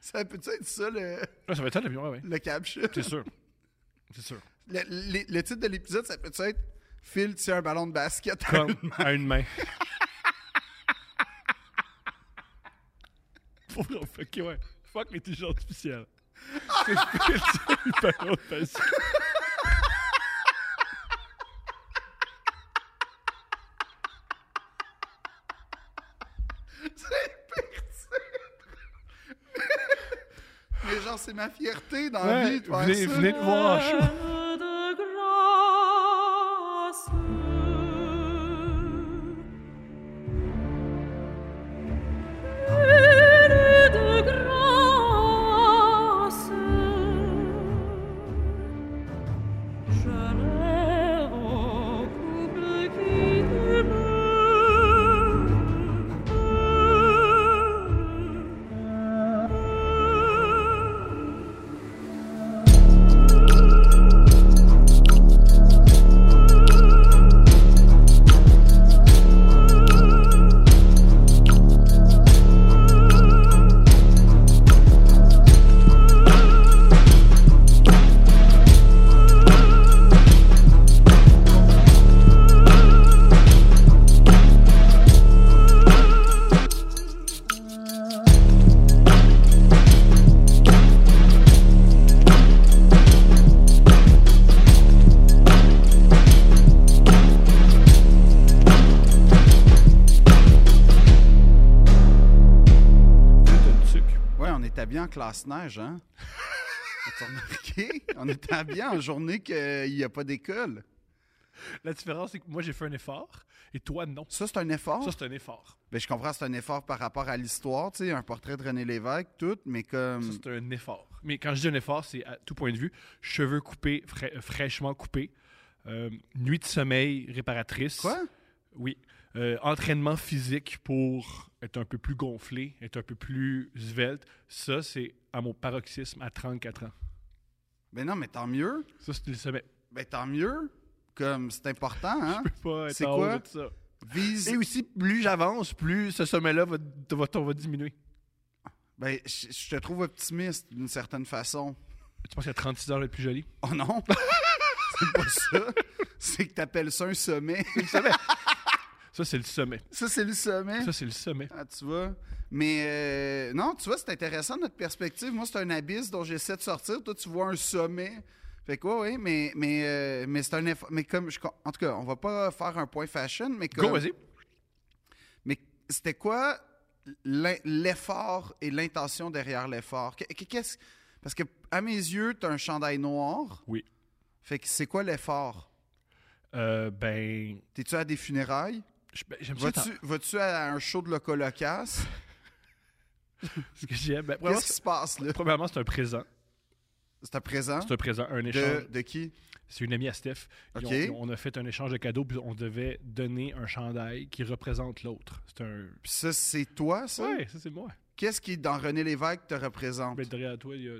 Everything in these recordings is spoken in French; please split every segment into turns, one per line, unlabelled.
Ça peut-tu être ça, le,
Ouais, ça va être ça, l'avion, ouais, ouais.
le caption?
C'est sûr. C'est sûr.
Le, les- le titre de l'épisode, ça peut-tu être « Phil tient un ballon de basket à
Comme à une main. Pauvre, fuck, ouais. Fuck les t-shirts officiels. C'est Phil sur le ballon de basket.
Mais genre, c'est ma fierté dans la
Ouais,
vie de faire
venez,
ça.
venez nous voir en show.
de grâce. Pleine de grâce. Je rêve au couple qui t'aime.
T'as du sucre.
Ouais, on est habillé en classe neige, hein? As-tu remarqué? On est habillé en journée qu'il n'y a pas d'école.
La différence, c'est que moi, j'ai fait un effort et toi, non.
Ça, c'est un effort.
Ça, c'est un effort.
Ben, je comprends, c'est un effort par rapport à l'histoire, tu sais, un portrait de René Lévesque, tout, mais
Ça,
comme.
c'est un effort. Mais quand je dis un effort, c'est à tout point de vue. Cheveux coupés, fra- euh, fraîchement coupés. euh, nuit de sommeil réparatrice.
Quoi?
Oui. Euh, entraînement physique pour être un peu plus gonflé, être un peu plus svelte. Ça, c'est à mon paroxysme à 34 ans.
Ben non, mais tant mieux.
Ça, c'est le sommet.
Ben tant mieux. Comme, c'est important, hein?
Je peux pas être
C'est
en haut
quoi?
de ça.
Vise.
Et aussi, plus j'avance, plus ce sommet-là va, va, va diminuer.
Ben, je je te trouve optimiste d'une certaine façon.
Tu penses qu'à 36 heures, le plus joli?
Oh non! c'est pas ça. C'est que t'appelles ça un sommet.
Ça, c'est le sommet.
Ça, c'est le sommet.
Ça, c'est le sommet.
Ah, tu vois. Mais euh, non, tu vois, c'est intéressant notre perspective. Moi, c'est un abysse dont j'essaie de sortir. Toi, tu vois un sommet. Fait quoi, oui, mais, mais, euh, mais c'est un effort. Mais comme, je, en tout cas, on va pas faire un point fashion, mais comme.
Go, vas-y.
Mais c'était quoi l'in- l'effort et l'intention derrière l'effort? Qu- qu- Qu'est-ce. Parce que, à mes yeux, tu as un chandail noir.
Oui.
Fait que c'est quoi l'effort?
Euh, ben,
T'es-tu à des funérailles?
je- ben, j'aime ça.
Vas-tu vas-tu à un show de locolocasse?
Ce que j'aime. Ben, premièrement,
Qu'est-ce qui se passe, là?
c'est- premièrement, c'est un présent.
C'est à présent?
C'est un présent, un échange.
De, de qui?
C'est une amie à Steph. Ils ont-
Ok.
ils ont- on a fait un échange de cadeaux, puis on devait donner un chandail qui représente l'autre. C'est un.
Puis ça, c'est toi, ça?
Ouais, ça, c'est moi.
Qu'est-ce qui, dans René Lévesque, te représente?
Mais derrière toi, il y a.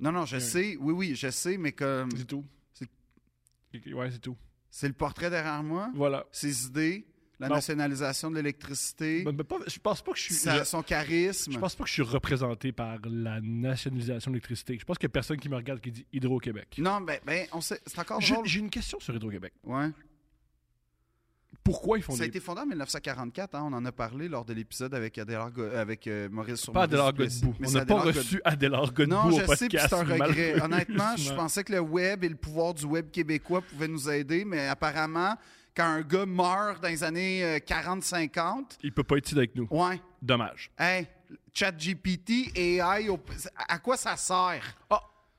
Non, non, je
Ouais.
sais. Oui, oui, je sais, mais comme...
C'est tout.
C'est-
Ouais, c'est tout.
C'est le portrait derrière moi,
Voilà.
ses idées, la
Non.
nationalisation de l'électricité,
Ben, ben, pas- je pense pas que je suis.
sa-
je-
son charisme.
Je pense pas que je suis représenté par la nationalisation de l'électricité. Je pense qu'il y a personne qui me regarde qui dit Hydro-Québec.
Non, ben, ben on sait, c'est encore
J'ai
drôle.
j'ai une question sur Hydro-Québec.
Ouais.
Pourquoi ils font
Ça a
des...
été fondé en 1944, hein, on en a parlé lors de l'épisode avec, Adélard Go- avec euh, Maurice sur
Pas Adélard Godbout. On n'a pas reçu Adélard Godbout
Non,
au
je
podcast.
sais, puis c'est un regret.
malheureusement.
Honnêtement, je pensais que le web et le pouvoir du web québécois pouvaient nous aider, mais apparemment, quand un gars meurt dans les années euh, 40-50,
Il peut pas être ici avec nous.
ouais,
Dommage.
hey, ChatGPT, AI, au- à quoi ça sert?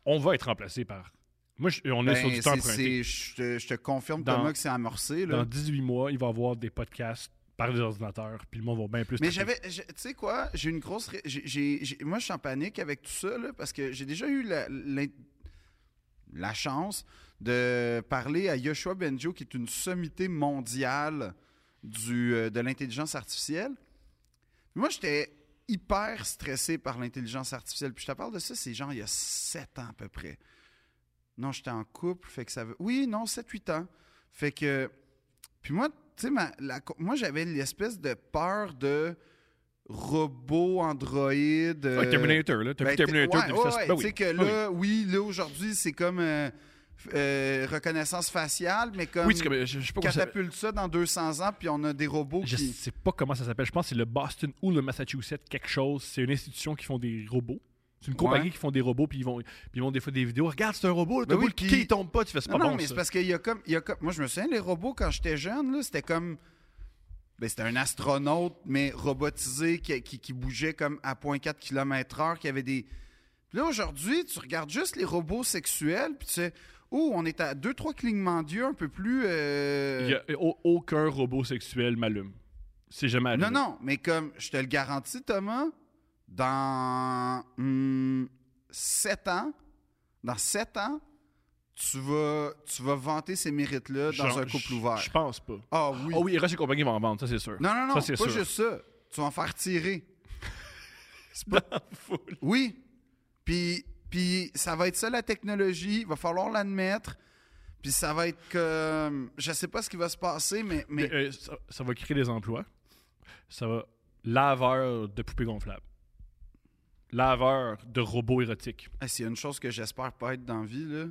On va être remplacé par... Moi, je- on est
Ben,
sur du
c'est-
temps emprunté.
c'est- Je te- je te confirme,
Dans-
Thomas, que c'est amorcé. Là.
Dans 18 mois, il va y avoir des podcasts par des ordinateurs, puis le monde va bien plus...
Mais
triper.
j'avais, je- tu sais quoi, j'ai une grosse. ré- j'ai- j'ai- j'ai- moi, je suis en panique avec tout ça, là, parce que j'ai déjà eu la, l'in- la chance de parler à Yoshua Benjo, qui est une sommité mondiale du, euh, de l'intelligence artificielle. Moi, j'étais hyper stressé par l'intelligence artificielle. Puis je te parle de ça, c'est genre il y a 7 ans à peu près. Non, j'étais en couple, fait que ça veut. Oui, non, 7-8 ans. Fait que. Puis moi, tu sais, ma- la co- moi, j'avais l'espèce de peur de. robot, androïde. euh,
Ouais, Ah, Terminator, là. T'as
ben,
vu
t'es-
Terminator?
ouais,
puis
ouais,
ça se-
ouais,
ben
tu sais
oui.
que
Ah oui.
là, oui, là, aujourd'hui, c'est comme euh, f- euh, reconnaissance faciale, mais comme.
Oui, c'est comme- je, je sais pas comment ça-
catapulte ça dans 200 ans, puis on a des robots
Je
qui.
sais pas comment ça s'appelle. Je pense que c'est le Boston ou le Massachusetts, quelque chose. C'est une institution qui font des robots. C'est une compagnie
Ouais.
qui font des robots, puis ils vont, puis ils vont des fois des vidéos. Regarde, c'est un robot. là, T'as
Ben
beau
oui,
le
puis-
kicker, il tombe pas. Tu fais, c'est pas
Non, non,
bon.
mais
ça.
c'est parce qu'il y a comme, il y a comme- Moi, je me souviens, les robots, quand j'étais jeune, là, c'était comme. ben, c'était un astronaute, mais robotisé, qui, qui- qui bougeait comme à 0.4 km/h, qui avait des. Puis là, aujourd'hui, tu regardes juste les robots sexuels, puis tu sais. Oh, on est à 2-3 clignements d'yeux un peu plus. euh,
Il y a au- aucun robot sexuel m'allume. C'est jamais arrivé.
Non, non, mais comme je te le garantis, Thomas, dans 7 ans, dans 7 ans, tu vas, tu vas vanter ces mérites-là dans
Genre,
un couple
je-
ouvert.
Je pense pas.
Ah oui.
Oh oui, Rush et compagnie vont en vendre, ça c'est sûr.
Non, non, non,
Ça,
pas
c'est sûr.
juste ça. Tu vas en faire tirer.
Full.
Oui. Puis, puis ça va être ça la technologie. Il va falloir l'admettre. Puis ça va être comme. Je sais pas ce qui va se passer, mais. mais...
Mais, euh, ça, ça va créer des emplois. Ça va. Laveur de poupées gonflables. Laveur de robots érotiques.
Ah, S'il y a une chose que j'espère pas être dans la vie, là.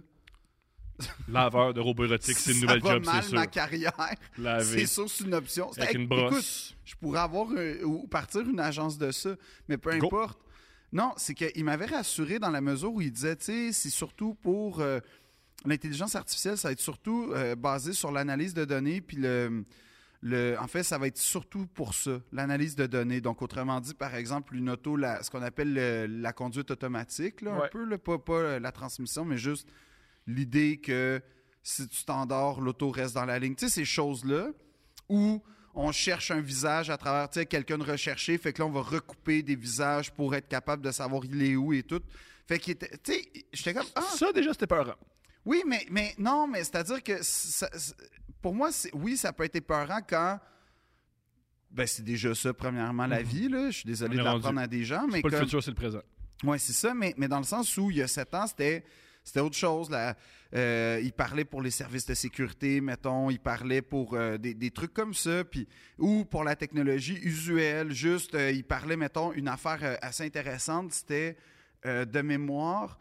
Laveur de robots érotiques, c'est une
ça
nouvelle
va
job, c'est
mal
sûr.
ma carrière.
Laver
C'est sûr, c'est une option. C'est-
avec
hey,
une
écoute,
brosse.
je pourrais avoir un- ou partir une agence de ça, mais peu
Go.
importe. Non, c'est qu'il m'avait rassuré dans la mesure où il disait, tu sais, c'est surtout pour euh, l'intelligence artificielle, ça va être surtout euh, basé sur l'analyse de données, puis le, le, en fait, ça va être surtout pour ça, l'analyse de données. Donc, autrement dit, par exemple, une auto, la- ce qu'on appelle le- la conduite automatique, là, un
Ouais.
peu, là, pas, pas la transmission, mais juste l'idée que si tu t'endors, l'auto reste dans la ligne. Tu sais, ces choses-là où on cherche un visage à travers tu sais, quelqu'un de recherché, fait que là, on va recouper des visages pour être capable de savoir il est où et tout. Fait que, tu sais, j'étais comme, ah,
Ça déjà c'était peurant.
oui, mais, mais non, mais c'est-à-dire que ça- ça- pour moi, c'est- oui, ça peut être épeurant quand. Ben, c'est déjà ça, premièrement, la vie. Là. Je suis désolé
Mhm. On est
de l'apprendre
rendu.
à des gens, mais
C'est pas le
comme-
futur, c'est le présent.
oui, c'est ça, mais, mais dans le sens où il y a sept ans, c'était. C'était autre chose. Là. Euh, il parlait pour les services de sécurité, mettons. Il parlait pour euh, des, des trucs comme ça. Puis, ou pour la technologie usuelle. Juste, euh, il parlait, mettons, une affaire euh, assez intéressante. C'était euh, de mémoire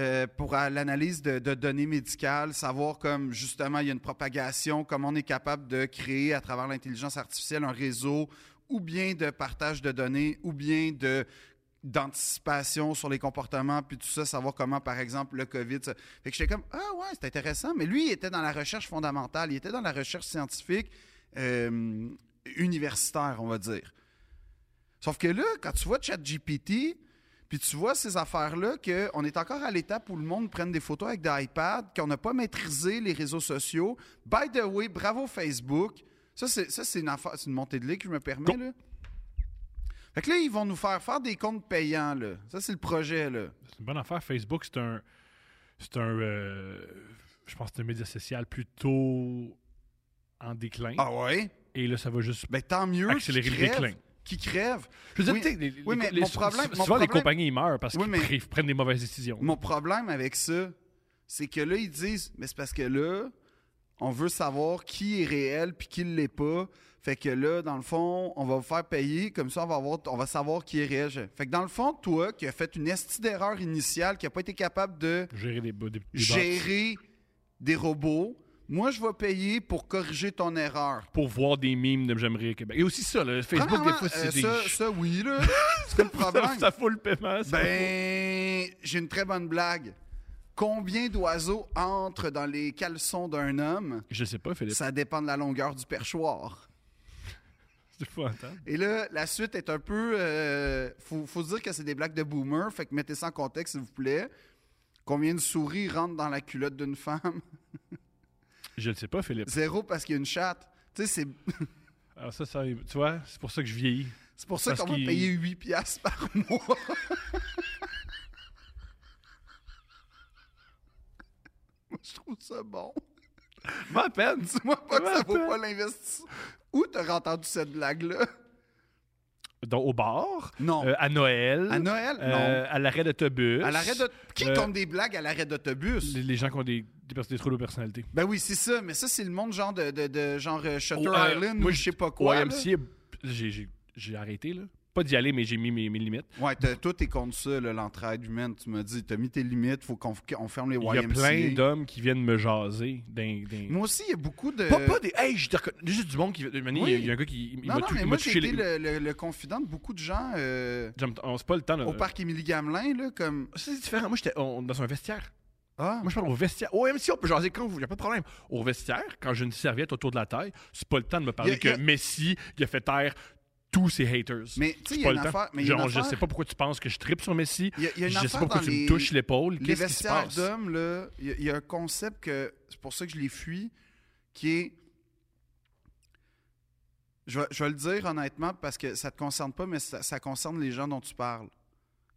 euh, pour euh, l'analyse de, de données médicales. Savoir comme, justement, il y a une propagation, comment on est capable de créer à travers l'intelligence artificielle un réseau ou bien de partage de données ou bien de d'anticipation sur les comportements, puis tout ça, savoir comment, par exemple, le COVID. Ça. Fait que j'étais comme, ah ouais, c'est intéressant, mais lui, il était dans la recherche fondamentale, il était dans la recherche scientifique euh, universitaire, on va dire. Sauf que là, quand tu vois ChatGPT, puis tu vois ces affaires-là, qu'on est encore à l'étape où le monde prenne des photos avec des iPads, qu'on n'a pas maîtrisé les réseaux sociaux. By the way, bravo Facebook. Ça, c'est ça, c'est une, affaire- c'est une montée de lait que je me permets.
Go.
Là. Fait que là, ils vont nous faire faire des comptes payants. Là. Ça, c'est le projet. Là.
C'est une bonne affaire. Facebook, c'est un. C'est un. euh, je pense que c'est un média social plutôt en déclin.
Ah ouais?
Et là, ça va juste
Ben tant mieux.
accélérer
qu'ils
le
crèvent-
déclin.
Qu'ils crèvent.
Je veux
Oui.
dire, tu sais, les- les-
Oui, mais
les-
mon problème-
souvent,
mon
les
problèmes-
compagnies, ils meurent parce
Oui,
qu'ils
mais-
pri- prennent des mauvaises décisions.
Mon problème avec ça, c'est que là, ils disent, mais c'est parce que là, on veut savoir qui est réel puis qui ne l'est pas. Fait que là, dans le fond, on va vous faire payer, comme ça, on va, avoir, on va savoir qui est réel. Fait que dans le fond, toi, qui as fait une estie d'erreur initiale, qui n'a pas été capable de
Gérer des, bo- des, des bots
gérer des robots, moi, je vais payer pour corriger ton erreur.
pour voir des mimes de J'aimerais Québec. Et aussi ça, le Facebook, des
Premièrement,
fois, c'est
euh,
des.
ça, ça, oui, là. c'est quoi le
ça,
problème?
ça fout le paiement. ça.
Ben, j'ai une très bonne blague. Combien d'oiseaux entrent dans les caleçons d'un homme?
Je sais pas, Philippe.
Ça dépend de la longueur du perchoir.
C'est pas entendre.
Et là, la suite est un peu. euh, faut, faut se dire que c'est des blagues de boomer, fait que mettez ça en contexte, s'il vous plaît. Combien de souris rentrent dans la culotte d'une femme?
Je le sais pas, Philippe.
Zéro parce qu'il y a une chatte. Tu sais, c'est,
Alors ça, ça, tu vois, c'est pour ça que je vieillis.
c'est pour ça
Parce
qu'on va
qu'il-
payer 8 piastres par mois. Moi, je trouve ça bon.
Ma peine.
Dis-moi pas que ça
Attends.
vaut pas l'investissement. Où t'aurais entendu cette blague-là?
Donc, au bar,
Non.
euh, à Noël,
à Noël?
euh, à l'arrêt d'autobus.
non. À l'arrêt de... Qui
euh,
compte des blagues à l'arrêt d'autobus?
Les, les gens qui ont des, des, pers- des troubles de personnalité.
Ben oui, c'est ça. Mais ça, c'est le monde genre de, de, de genre euh, Shutter
Oh, euh,
Island
moi,
ou je
je-
sais pas
Au
quoi. là.
YMCA, j'ai- j'ai j'ai arrêté, là. Pas pas d'y aller, mais j'ai mis mes, mes limites.
Ouais, t'as- toi, t'es contre ça, là, l'entraide humaine. Tu m'as dit, t'as mis tes limites, faut qu'on qu'on ferme les
Il y a
YMCA.
plein d'hommes qui viennent me jaser. d'un- d'un-
Moi aussi, il y a beaucoup de.
Pas, pas des. Hey, je te reconnais. Juste du monde qui. de manière,
Oui.
Il y a un gars qui. Il
non,
m'a
non,
tou-
mais
il
moi,
m'a
j'ai
touché
été
les.
le, le- le confident de beaucoup de gens euh,
J'aime- on- C'est pas le temps. de-
au parc Émilie-Gamelin, là, comme.
Ça, c'est différent. Moi, j'étais on- dans un vestiaire.
Ah,
Moi, je parle au vestiaire. Au MC, on peut jaser quand vous voulez, y a pas de problème. Au vestiaire, quand j'ai une serviette autour de la taille, c'est pas le temps de me parler
Y a- y a-
que Messi, il a fait taire tous ses haters.
mais tu sais,
c'est
il y a
pas
une
le temps.
affaire. mais il y a une
Genre, je
affaire-
sais pas pourquoi tu penses que je tripe sur Messi.
Il y a- il y a une
je sais
affaire
pas pourquoi
dans
tu
les-
me touches l'épaule.
Les
Qu'est-ce qui se
vestiaires
passe?
d'hommes, là, il y a- il y, a un concept que. C'est pour ça que je les fuis, qui est. Je vais, je vais le dire honnêtement parce que ça te concerne pas, mais ça, ça concerne les gens dont tu parles.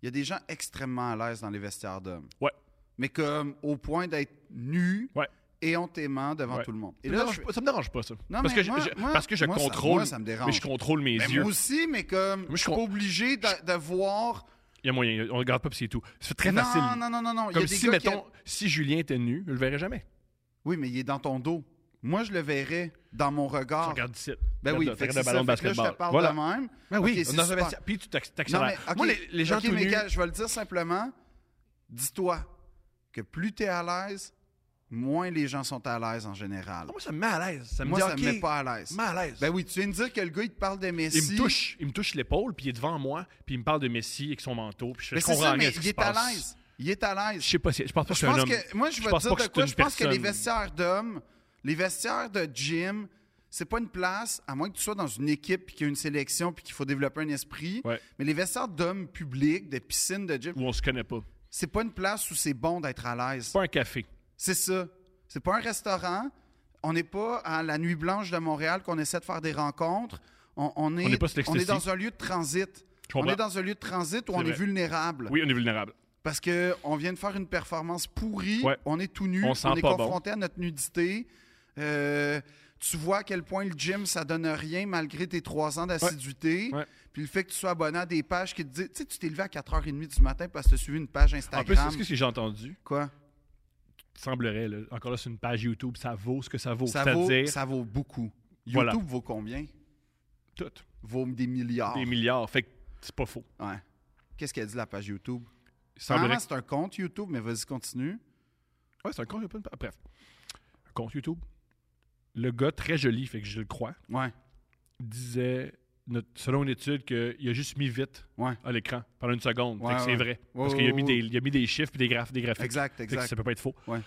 Il y a des gens extrêmement à l'aise dans les vestiaires d'hommes.
Ouais.
Mais comme au point d'être nus
Ouais.
et hontément devant
Ouais.
tout le monde. Et
Ça me
là,
dérange
je-
pas- ça me dérange pas, ça.
Non,
parce,
mais
que
moi-
je, je-
moi-
parce que je
moi, ça-
contrôle.
moi, ça me dérange.
Mais je contrôle mes
Mais
yeux.
Ben, moi aussi, mais comme je
je
suis pas
con-
obligé d'a- d'avoir.
Il y a moyen. On regarde pas, puis c'est tout. C'est très
non,
facile.
non, non, non, non. Il y a
Comme
des
si,
gars qui
mettons, si Julien était nu, je le verrais jamais.
Oui, mais il est dans ton dos. Moi, je le verrais dans mon
Je
regard.
regarde ici.
Ben
Regarde-
oui,
regarde
fait que
le
c'est
ballon de
ça, fait que là, je
basketball.
te parle
Voilà.
de même.
Ben oui,
Ok, c'est
dans un
super.
vestiaire. Puis tu t'acc-
Non,
t'accélères.
mais, ok,
Moi, les, les gens
ok,
tout
mais
nus,
gars, je vais le dire simplement. Dis-toi que plus t'es à l'aise, moins les gens sont à l'aise en général.
Ah, Moi, ça me met à l'aise. Ça me
Moi,
dit,
ça
OK,
me met pas à l'aise.
met à l'aise.
Ben oui, tu viens de dire que le gars, il te parle de Messi.
il me touche, il me touche l'épaule, puis il est devant moi, puis il me parle de Messi avec son manteau, puis je,
Mais
je
Ben, c'est
comprends
ça,
rien à
mais
ce qui
il
se
est à
passe.
l'aise. Il est à l'aise.
Je sais pas, si- je pense pas que
Je
c'est un
pense
homme.
que, moi, je vais
pense
te
pas
dire de
c'est
quoi.
une
Je pense que les
personne.
vestiaires d'hommes, les vestiaires de gym, c'est pas une place, à moins que tu sois dans une équipe puis qu'il y a une sélection puis qu'il faut développer un esprit.
Ouais.
Mais les vestiaires d'hommes publics, de piscines, de gym,
Où on se connaît pas.
c'est pas une place où c'est bon d'être à l'aise.
C'est pas un café.
C'est ça. C'est pas un restaurant. On n'est pas à la Nuit Blanche de Montréal qu'on essaie de faire des rencontres. On, on est,
n'est pas sur l'ecstasy.
est dans un lieu de transit.
Je
On
comprends.
est dans un lieu de transit où on
vrai.
est vulnérable.
Oui, on est vulnérable.
Parce que on vient de faire une performance pourrie.
Ouais.
On est tout nu.
On
On,
sent
est
pas
confronté à notre nudité. Euh, tu vois à quel point le gym, ça donne rien malgré tes trois ans d'assiduité.
Ouais.
Puis le fait que tu sois abonné à des pages qui te disent... Tu sais, tu t'es levé à 4h30 du matin parce que tu as suivi une page
En plus,
Instagram.
c'est ce que j'ai entendu.
Quoi?
Il semblerait, là, encore là, c'est une page YouTube, ça vaut ce que ça vaut.
Ça vaut,
C'est-à-dire
ça vaut beaucoup. YouTube
Voilà.
vaut combien?
tout.
Vaut des milliards.
Des milliards. Fait que c'est pas faux.
Ouais. Qu'est-ce qu'elle dit, la page YouTube?
Il semblerait
Vraiment, c'est un compte YouTube, mais vas-y, continue.
Ouais, c'est un compte YouTube. Bref. Un compte YouTube. Le gars, très joli, fait que je le crois,
Ouais.
disait, notre- selon une étude, qu'il a juste mis vite
Ouais.
à l'écran pendant une seconde.
Ouais,
Fait que
ouais.
c'est vrai.
Ouais,
parce qu'il a,
ouais,
mis
ouais.
des- il a mis des chiffres et des, graphes, des graphiques.
Exact,
Fait que
exact.
ça peut pas être faux.
Ouais.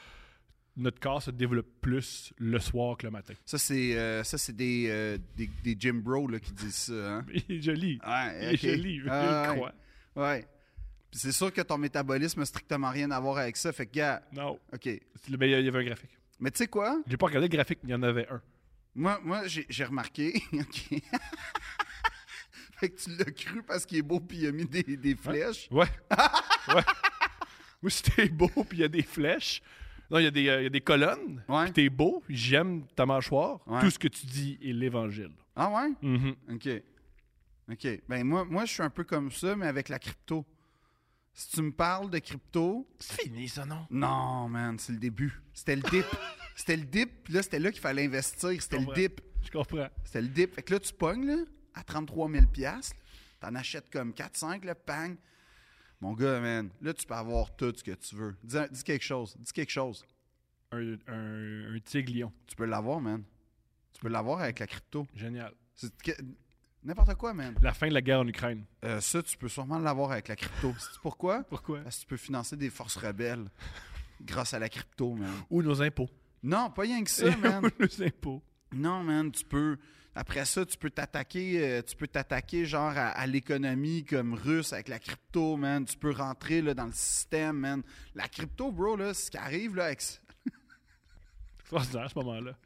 Notre corps se développe plus le soir que le matin.
Ça, c'est euh, ça, c'est des, euh, des, des gym bros là, qui disent ça. Hein?
Il est joli.
Ouais,
Il est
ok.
joli. Je
Ah,
le
ouais.
crois.
Ouais. Puis c'est sûr que ton métabolisme a strictement rien à voir avec ça. Fait que, gars,
Non.
OK.
C'est le- Mais il y avait un graphique.
Mais tu sais quoi?
J'ai pas regardé le graphique, mais il y en avait un.
Moi, moi j'ai j'ai remarqué. OK. fait que tu l'as cru parce qu'il est beau puis il a mis des, des flèches.
Ouais. ouais. Moi, si t'es beau, puis il y a des flèches. Non, il y, a des, euh, il y a des colonnes.
Ouais.
Puis t'es beau, j'aime ta mâchoire.
Ouais.
Tout ce que tu dis est l'évangile.
Ah ouais?
Mhm.
OK. OK. Ben, moi, moi, je suis un peu comme ça, mais avec la crypto. Si tu me parles de crypto,
C'est fini, ça, non?
non, man, c'est le début. C'était le dip. c'était le dip, puis là, c'était là qu'il fallait investir. C'était le
comprends.
dip.
Je comprends.
C'était le dip. Fait que là, tu pognes, là, à 33 000 piastres, T'en achètes comme 4-5, là, pang. Mon gars, man, là, tu peux avoir tout ce que tu veux. Dis, dis quelque chose. Dis quelque chose.
Un, un, un tigre lion.
Tu peux l'avoir, man. Tu peux l'avoir avec la crypto.
Génial.
C'est que- n'importe quoi, man.
La fin de la guerre en Ukraine.
Euh, ça, tu peux sûrement l'avoir avec la crypto. C'est pourquoi?
Pourquoi?
Parce que tu peux financer des forces rebelles grâce à la crypto, man.
Ou nos impôts.
Non, pas rien que ça, man.
Ou nos impôts.
Non, man, tu peux. Après ça, tu peux t'attaquer, euh, tu peux t'attaquer genre à, à l'économie comme russe avec la crypto, man. Tu peux rentrer là, dans le système, man. La crypto, bro, là, ce qui arrive là, avec ça,
Extraordinaire, à ce moment-là.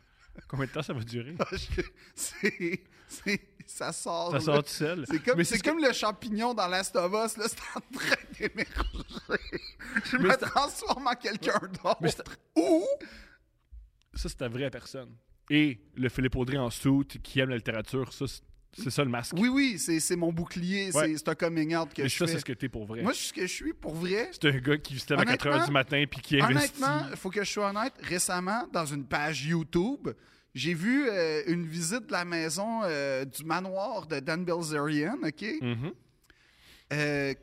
Combien de temps ça va durer?
je- c'est, c'est- ça sort.
Ça
là.
sort tout seul.
C'est comme,
Mais
c'est
ce
comme le champignon dans Last of Us, là, c'est en train d'émerger. Je
Mais
me
c'est-
transforme en quelqu'un
Mais
d'autre.
c'est- Ça, c'est ta vraie personne. Et le Philippe Audrey en soute qui aime la littérature, ça, c'est- c'est ça le masque.
Oui, oui, c'est, c'est mon bouclier,
Ouais.
c'est, c'est un coming out que
Mais
je
ça,
fais.
c'est ce que t'es pour vrai.
Moi, je suis ce que je suis pour vrai.
C'est un gars qui se lève à 4
Honnêtement-
h du matin puis qui investit.
Honnêtement, il faut que je sois honnête. Récemment, dans une page YouTube, J'ai vu euh, une visite de la maison euh, du manoir de Dan Bilzerian, OK?
Mhm.
euh,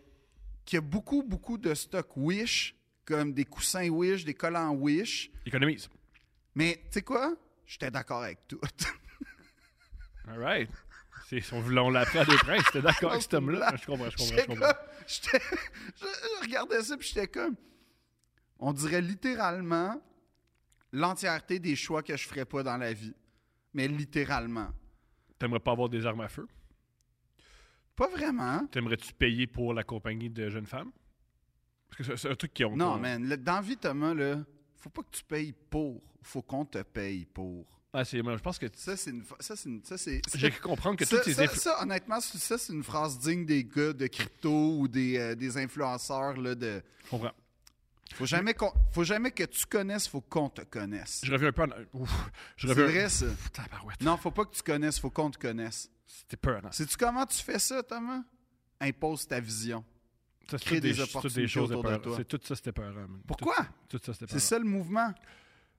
qui a beaucoup, beaucoup de stock Wish, comme des coussins Wish, des collants Wish.
Économise.
Mais tu sais quoi? J'étais d'accord avec tout.
All right. C'est son volant la paix des princes. T'es d'accord avec cet
c'est une
homme-là?
blague.
Je comprends, je comprends,
J'étais
je comprends.
comme- j'étais- je, je regardais ça puis j'étais comme, on dirait littéralement l'entièreté des choix que je ferais pas dans la vie, mais littéralement.
T'aimerais pas avoir des armes à feu?
Pas vraiment.
T'aimerais-tu payer pour la compagnie de jeunes femmes? Parce que c'est- c'est un truc qui ont.
Non, man, le- dans la vie, Thomas, là, faut pas que tu payes pour, faut qu'on te paye pour.
Ah, c'est. moi, Je pense que.
Ça, c'est une, fa- ça, c'est une- ça, c'est, c'est-
J'ai cru comprendre que
ça,
toutes ces.
ça-
eff-
ça, honnêtement, c- ça, c'est une phrase digne des gars de crypto ou des, euh, des influenceurs là, de.
Je comprends.
Faut jamais, qu'on- faut jamais que tu connaisses, faut qu'on te connaisse.
Je reviens un peu en. Ouf. Je
C'est
reviens.
vrai, ça.
Tabarouette.
Non, faut pas que tu connaisses, faut qu'on te connaisse.
C'était peur, hein?
Sais-tu comment tu fais ça, Thomas? Impose ta vision.
Ça, c'est
Crée
toutes
des
des, c'est toutes des
opportunités
choses
autour de
épeurant.
toi.
C'est tout ça, c'était peur. man.
Pourquoi?
Tout, tout ça, c'était
C'est
peur.
ça le mouvement.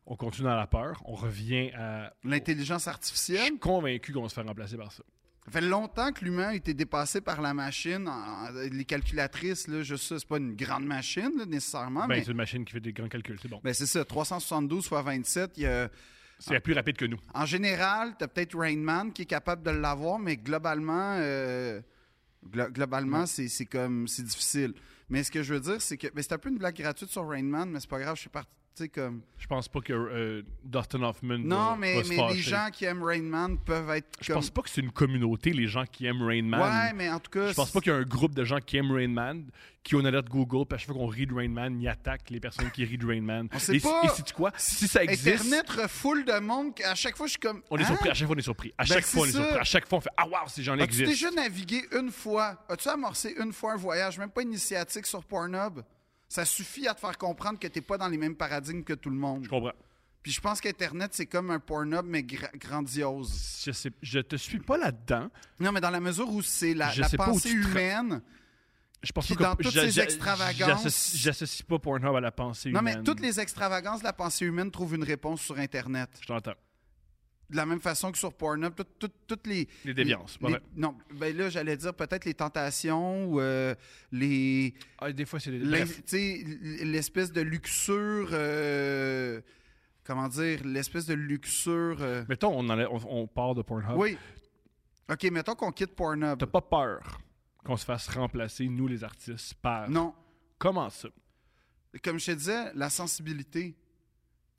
On continue dans la peur. On revient à.
L'intelligence
Je
artificielle.
suis convaincu qu'on va se faire remplacer par ça.
Ça fait longtemps que l'humain a été dépassé par la machine. en- en- les calculatrices, là, juste ça, c'est pas une grande machine, là, nécessairement,
ben,
Ah, mais.
c'est une machine qui fait des grands calculs. C'est bon.
Ben, ah. c'est ça, 372 fois 27, il y a.
C'est la plus rapide que nous.
En général, tu as peut-être Rainman qui est capable de l'avoir, mais globalement, euh, glo- globalement, c'est c'est comme c'est difficile. Mais ce que je veux dire, c'est que mais c'est un peu une blague gratuite sur Rainman, mais c'est pas grave, je suis parti. tu sais, Comme...
Je pense pas que euh, Dustin Hoffman.
Non,
va-
mais,
va se
mais les
fâcher.
gens qui aiment Rainman peuvent être
Je
comme.
pense pas que c'est une communauté, les gens qui aiment Rain Man.
ouais, mais en tout cas.
Je pense pas qu'il y a un groupe de gens qui aiment Rain Man, qui ont une alerte Google, puis à chaque fois qu'on rit de Rain Man, ils attaquent les personnes qui rient de Rain Man.
On sait
et,
pas.
et sais-tu quoi? Si ça existe,
Internet refoule de monde. À chaque fois, je suis comme.
on est
Hein?
surpris. À chaque fois, on est surpris. À
Ben,
chaque fois, on est
c'est
surpris.
ça.
À chaque fois, on fait « Ah, wow, ces gens
As-tu
existent! »
déjà navigué une fois? As-tu amorcé une fois un voyage, même pas initiatique sur Pornhub? Ça suffit à te faire comprendre que t'es pas dans les mêmes paradigmes que tout le monde.
Je comprends.
Puis je pense qu'Internet, c'est comme un Pornhub, mais gra- grandiose.
Je, sais, je te suis pas là-dedans.
Non, mais dans la mesure où c'est la,
Je
la
sais pas où
pensée
tu te-
humaine.
Je pense
Puis
pas
dans
que
toutes
j'a-
ces
j'a-
extravagances-
j'associe- J'associe pas Pornhub à la pensée
Non,
humaine.
mais toutes les extravagances de la pensée humaine trouvent une réponse sur Internet.
Je t'entends.
De la même façon que sur Pornhub, tout- tout- toutes les...
Les déviances,
les-
ouais.
Non, ben là, j'allais dire peut-être les tentations ou euh, les...
Ah, des fois, c'est des...
l'in-
bref.
tu sais, l'espèce de luxure... euh, comment dire? L'espèce de luxure... euh,
Mettons, on, enlève- on, on part de Pornhub.
Oui. OK, mettons qu'on quitte Pornhub.
Ah. T'as pas peur qu'on se fasse remplacer, nous les artistes, par.
Non.
Comment ça?
Comme je te disais, la sensibilité.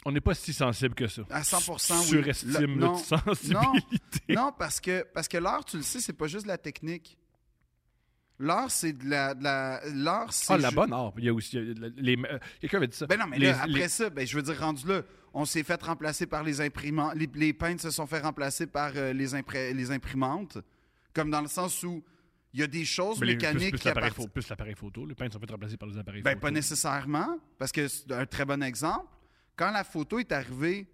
On n'est pas si sensible que ça.
À 100%, oui. Le-
Surestime
non.
notre sensibilité. Ah,
Non, parce que, parce que l'art, tu le sais, c'est pas juste la technique. L'art, c'est de la. de la- l'art, c'est.
Ah, la
ju-
bonne art. Il y a aussi. il y a de la- les- euh, Quelqu'un avait dit ça.
Ben non, mais
Les-
là, après
les-
ça, ben, je veux dire, rendu là, on s'est fait remplacer par les imprimantes. Les, les peintres se sont fait remplacer par euh, les, impré- les imprimantes. Comme dans le sens où il y a des choses
mais les- ben, plus-
mécaniques
plus
qui
l'appareil
appartiennent.
pho- Plus l'appareil photo. Les peintres sont fait remplacer par les appareils
Ben,
photo.
pas nécessairement, parce que c'est un très bon exemple. Quand la photo est arrivée,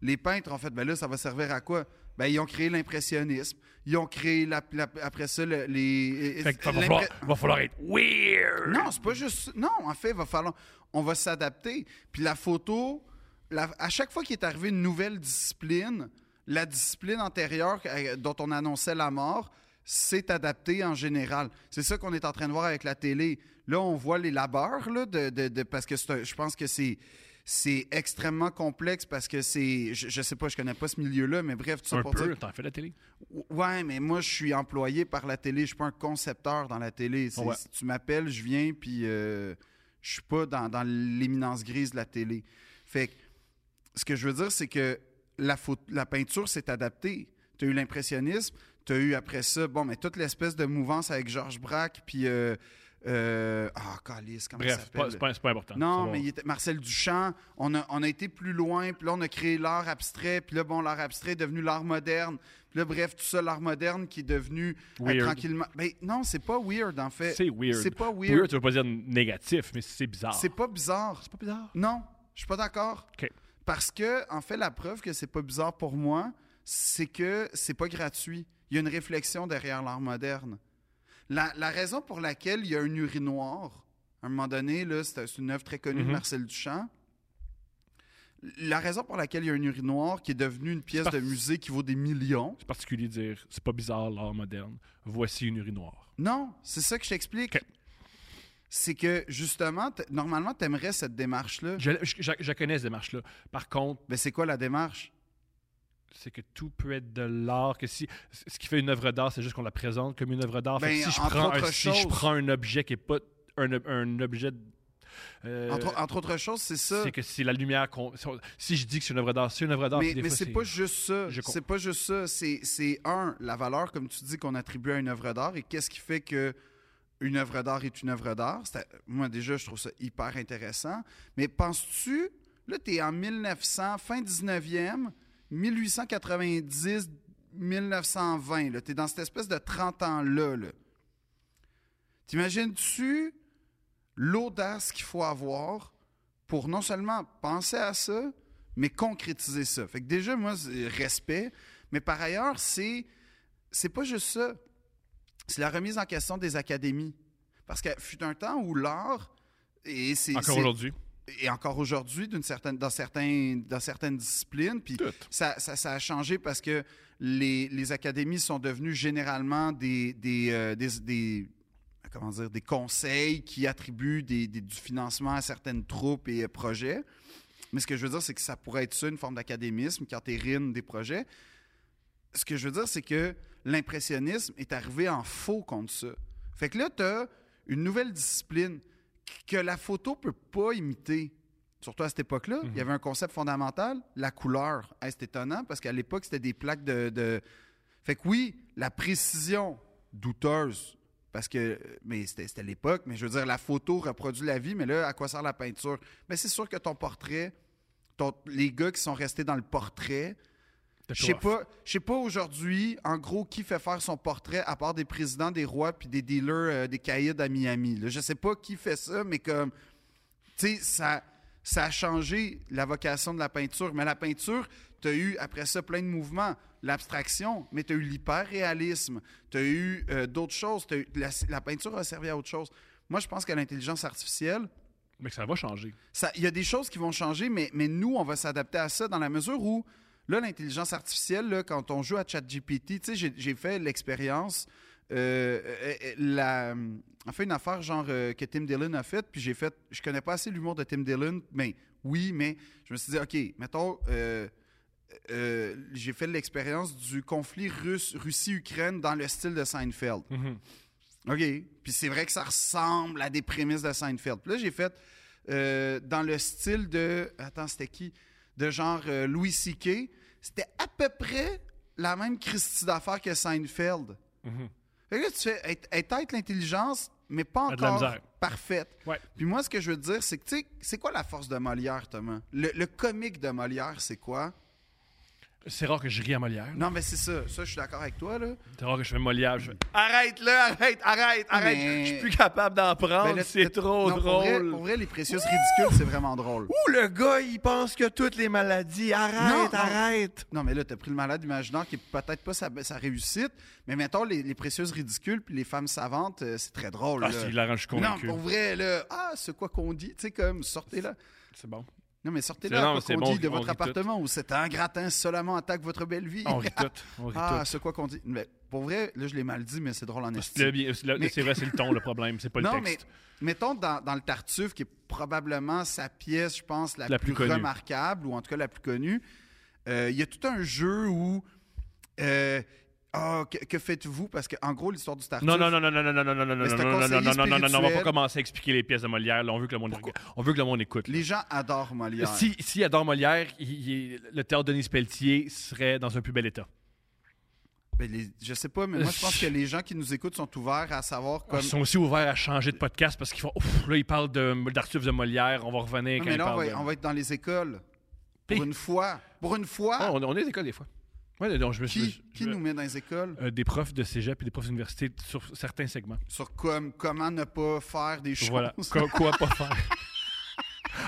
les peintres ont fait, ben là, ça va servir à quoi? Ben, ils ont créé l'impressionnisme. Ils ont créé, la- la- après ça, le- les...
Fait que ça va,
l'impre-
falloir, va falloir être weird.
Non, c'est pas juste... Non, en fait, va falloir... On va s'adapter. Puis la photo, la- à chaque fois qu'il est arrivé une nouvelle discipline, la discipline antérieure euh, dont on annonçait la mort s'est adaptée en général. C'est ça qu'on est en train de voir avec la télé. Là, on voit les labeurs, là, de, de- de- parce que c'est un- je pense que c'est... C'est extrêmement complexe parce que c'est. Je, je sais pas, je connais pas ce milieu-là, mais bref, tout ça
Un
pour
peu,
dire-
t'en fais la télé.
Ouais, mais moi, je suis employé par la télé. Je suis pas un concepteur dans la télé. C'est-
Ouais.
Si tu m'appelles, je viens, puis euh, je suis pas dans, dans l'éminence grise de la télé. Fait que ce que je veux dire, c'est que la, photo- la peinture s'est adaptée. Tu as eu l'impressionnisme, tu as eu après ça, bon, mais toute l'espèce de mouvance avec Georges Braque, puis. euh, euh, Ah, câlisse, comment ça
Bref, c'est
s'appelle?
pas, c'est pas- c'est pas important. Ça
Non,
va.
mais il était- Marcel Duchamp, on a, on a été plus loin, puis là, on a créé l'art abstrait, puis là, bon, l'art abstrait est devenu l'art moderne, puis là, bref, tout ça, l'art moderne qui est devenu euh,
Weird.
tranquillement. Ben, non, c'est pas weird, en fait.
C'est weird.
C'est pas weird.
Weird, tu veux pas dire négatif, mais c'est bizarre.
C'est pas bizarre.
pas bizarre.
Non, je suis pas d'accord.
OK.
Parce que, en fait, la preuve que c'est pas bizarre pour moi, c'est que c'est pas gratuit. Il y a une réflexion derrière l'art moderne. La, la raison pour laquelle il y a un urinoir, à un moment donné, là, c'est c'est une œuvre très connue
Mhm.
de Marcel Duchamp. La raison pour laquelle il y a un urinoir qui est devenu une pièce
parce-
de musée qui vaut des millions.
C'est particulier de dire, c'est pas bizarre l'art moderne. Voici une urinoir.
Non, c'est ça que je t'explique.
Ok. C'est
C'est que justement, t- normalement, t'aimerais cette démarche-là.
Je, je- je- je connais cette démarche-là. Par contre,
Mais c'est quoi la démarche?
c'est que tout peut être de l'art. Que si, ce qui fait une œuvre d'art, c'est juste qu'on la présente comme une œuvre d'art. Fait
Ben,
que si, je
entre
prends un,
autres
si je
choses-
prends un objet qui n'est pas un, ob- un objet. euh,
entre, entre autres choses, c'est ça.
c'est que c'est la lumière qu'on. Si, on- si je dis que c'est une œuvre d'art, c'est une œuvre d'art.
Mais,
puis des
mais
fois,
c'est pas juste ça.
Je
C'est pas juste ça. C'est, c'est, un, la valeur, comme tu dis, qu'on attribue à une œuvre d'art et qu'est-ce qui fait que une œuvre d'art est une œuvre d'art. C'est à- moi, déjà, je trouve ça hyper intéressant. Mais penses-tu, là, tu es en 1900, fin 19e, 1890, 1920. Tu es dans cette espèce de 30 ans-là. là. T'imagines-tu l'audace qu'il faut avoir pour non seulement penser à ça, mais concrétiser ça. Fait que déjà, moi, c'est respect. Mais par ailleurs, c'est c'est pas juste ça. C'est la remise en question des académies. Parce qu'il fut un temps où l'art, et c'est
Encore
c'est-
aujourd'hui.
et encore aujourd'hui, d'une certaine, dans, certains, dans certaines disciplines. Puis
Tout.
ça, ça- ça a changé parce que les, les académies sont devenues généralement des, des, euh, des- des- comment dire, des conseils qui attribuent des- des- du financement à certaines troupes et euh, projets. Mais ce que je veux dire, c'est que ça pourrait être ça, une forme d'académisme qui entérine des projets. Ce que je veux dire, c'est que l'impressionnisme est arrivé en faux contre ça. Fait que là, tu as une nouvelle discipline que la photo peut pas imiter. Surtout à cette époque-là, il y avait un concept fondamental, la couleur. Hey, c'est étonnant parce qu'à l'époque, c'était des plaques de, de- Fait que oui, la précision douteuse, parce que. Mais c'était c'était l'époque, mais je veux dire, la photo reproduit la vie, mais là, à quoi sert la peinture? Mais c'est sûr que ton portrait, ton- les gars qui sont restés dans le portrait, je sais pas, je sais pas aujourd'hui, en gros, qui fait faire son portrait à part des présidents, des rois, puis des dealers, euh, des caïds à Miami. Là. Je sais pas qui fait ça, mais comme, tu sais, ça, ça a changé la vocation de la peinture. Mais la peinture, tu as eu après ça plein de mouvements. L'abstraction, mais tu as eu l'hyper-réalisme, tu as eu euh, d'autres choses. t'as eu- la, la peinture a servi à autre chose. Moi, je pense que l'intelligence artificielle,
Mais que ça va changer.
ça- Il y a des choses qui vont changer, mais, mais nous, on va s'adapter à ça dans la mesure où, là, l'intelligence artificielle, là, quand on joue à ChatGPT, tu sais, j'ai- j'ai fait l'expérience, euh, euh, euh, la, en fait, une affaire genre euh, que Tim Dillon a faite, puis j'ai fait, je connais pas assez l'humour de Tim Dillon, mais oui, mais je me suis dit, OK, mettons, euh, euh, j'ai fait l'expérience du conflit russe, Russie-Ukraine dans le style de Seinfeld.
Mm-hmm.
OK. Puis c'est vrai que ça ressemble à des prémices de Seinfeld. Puis là, j'ai fait euh, dans le style de. Attends, c'était qui De genre euh, Louis C.K. C'était à peu près la même Christie d'affaires que Seinfeld.
Mhm.
Fait que là, tu fais. Elle, elle tête l'intelligence, mais pas
Elle a de la
encore
misère.
parfaite.
Ouais.
Puis moi, ce que je veux te dire, c'est que, tu sais, c'est quoi la force de Molière, Thomas Le, le comique de Molière, c'est quoi
C'est rare que je ris à Molière.
Non, mais c'est ça. Ça, je suis d'accord avec toi, là.
C'est rare que je fais Molière. Je fais,
Arrête, là, arrête, arrête,
Arrête, je suis plus capable d'en prendre.
Ben, le-
Ah, c'est
le-
trop
non, Pour vrai,
drôle.
pour vrai, les précieuses ridicules, c'est vraiment drôle.
Ouh, le gars, il pense que toutes les maladies. Arrête,
Non, non.
arrête.
Non, mais là, t'as pris le malade imaginaire qui est peut-être pas sa, sa réussite, mais mettons, les, les précieuses ridicules puis les femmes savantes, euh, c'est très drôle.
Ah,
là.
c'est hilarant, je suis
non,
convaincu.
pour vrai, là, ah, c'est quoi qu'on dit, tu sais, comme, sortez-là.
C'est bon.
Non, mais sortez-là,
C'est- non,
quoi
c'est
qu'on
bon,
dit de
on
votre
rit tout.
appartement, où c'est un gratin seulement attaque votre belle vie.
On rit tout. On rit
ah,
tout.
c'est quoi qu'on dit. Mais pour vrai, là, je l'ai mal dit, mais c'est drôle en estime.
Le bien- le-
Mais-
C'est vrai, c'est le ton, le problème. C'est pas
non,
le texte.
mais mettons dans, dans le Tartuffe, qui est probablement sa pièce, je pense, la,
La plus
plus,
connue.
remarquable, ou en tout cas la plus connue, euh, il y a tout un jeu où. euh, Ah, que, que faites-vous? Parce que, en gros, l'histoire du Tartuffe.
Non, non, non, non, non, non, non, non, non, non, non,
Mais c'est un
non, non, non, non, non, non, non, on va
conseiller
pas commencer à expliquer les pièces de Molière. là. on veut que le monde, on veut que le monde écoute. là.
Les gens adorent Molière.
Euh, Si, si adore Molière, il- il- le théâtre Denis Pelletier serait dans un plus bel état.
Ben, les- je sais pas, mais moi, je pense que les gens qui nous écoutent sont ouverts à savoir comme.
Ils Ah, sont aussi ouverts à changer de podcast parce qu'ils font ouf, là, ils parlent de- d'Artuffe de Molière, on va
Non,
revenir quand
mais
ils
là, on
parlent.
va,
de-
on va être dans les écoles. Pour
Hey.
une fois. Pour une fois.
Eh. Ah, on, on est à l'école des fois. Ouais, donc je me suis.
qui
je-
qui
je-
nous met dans les écoles?
euh, des profs de cégep et des profs d'université sur certains segments.
Sur comme, comment ne pas faire des choses.
Voilà. Quoi, quoi pas faire.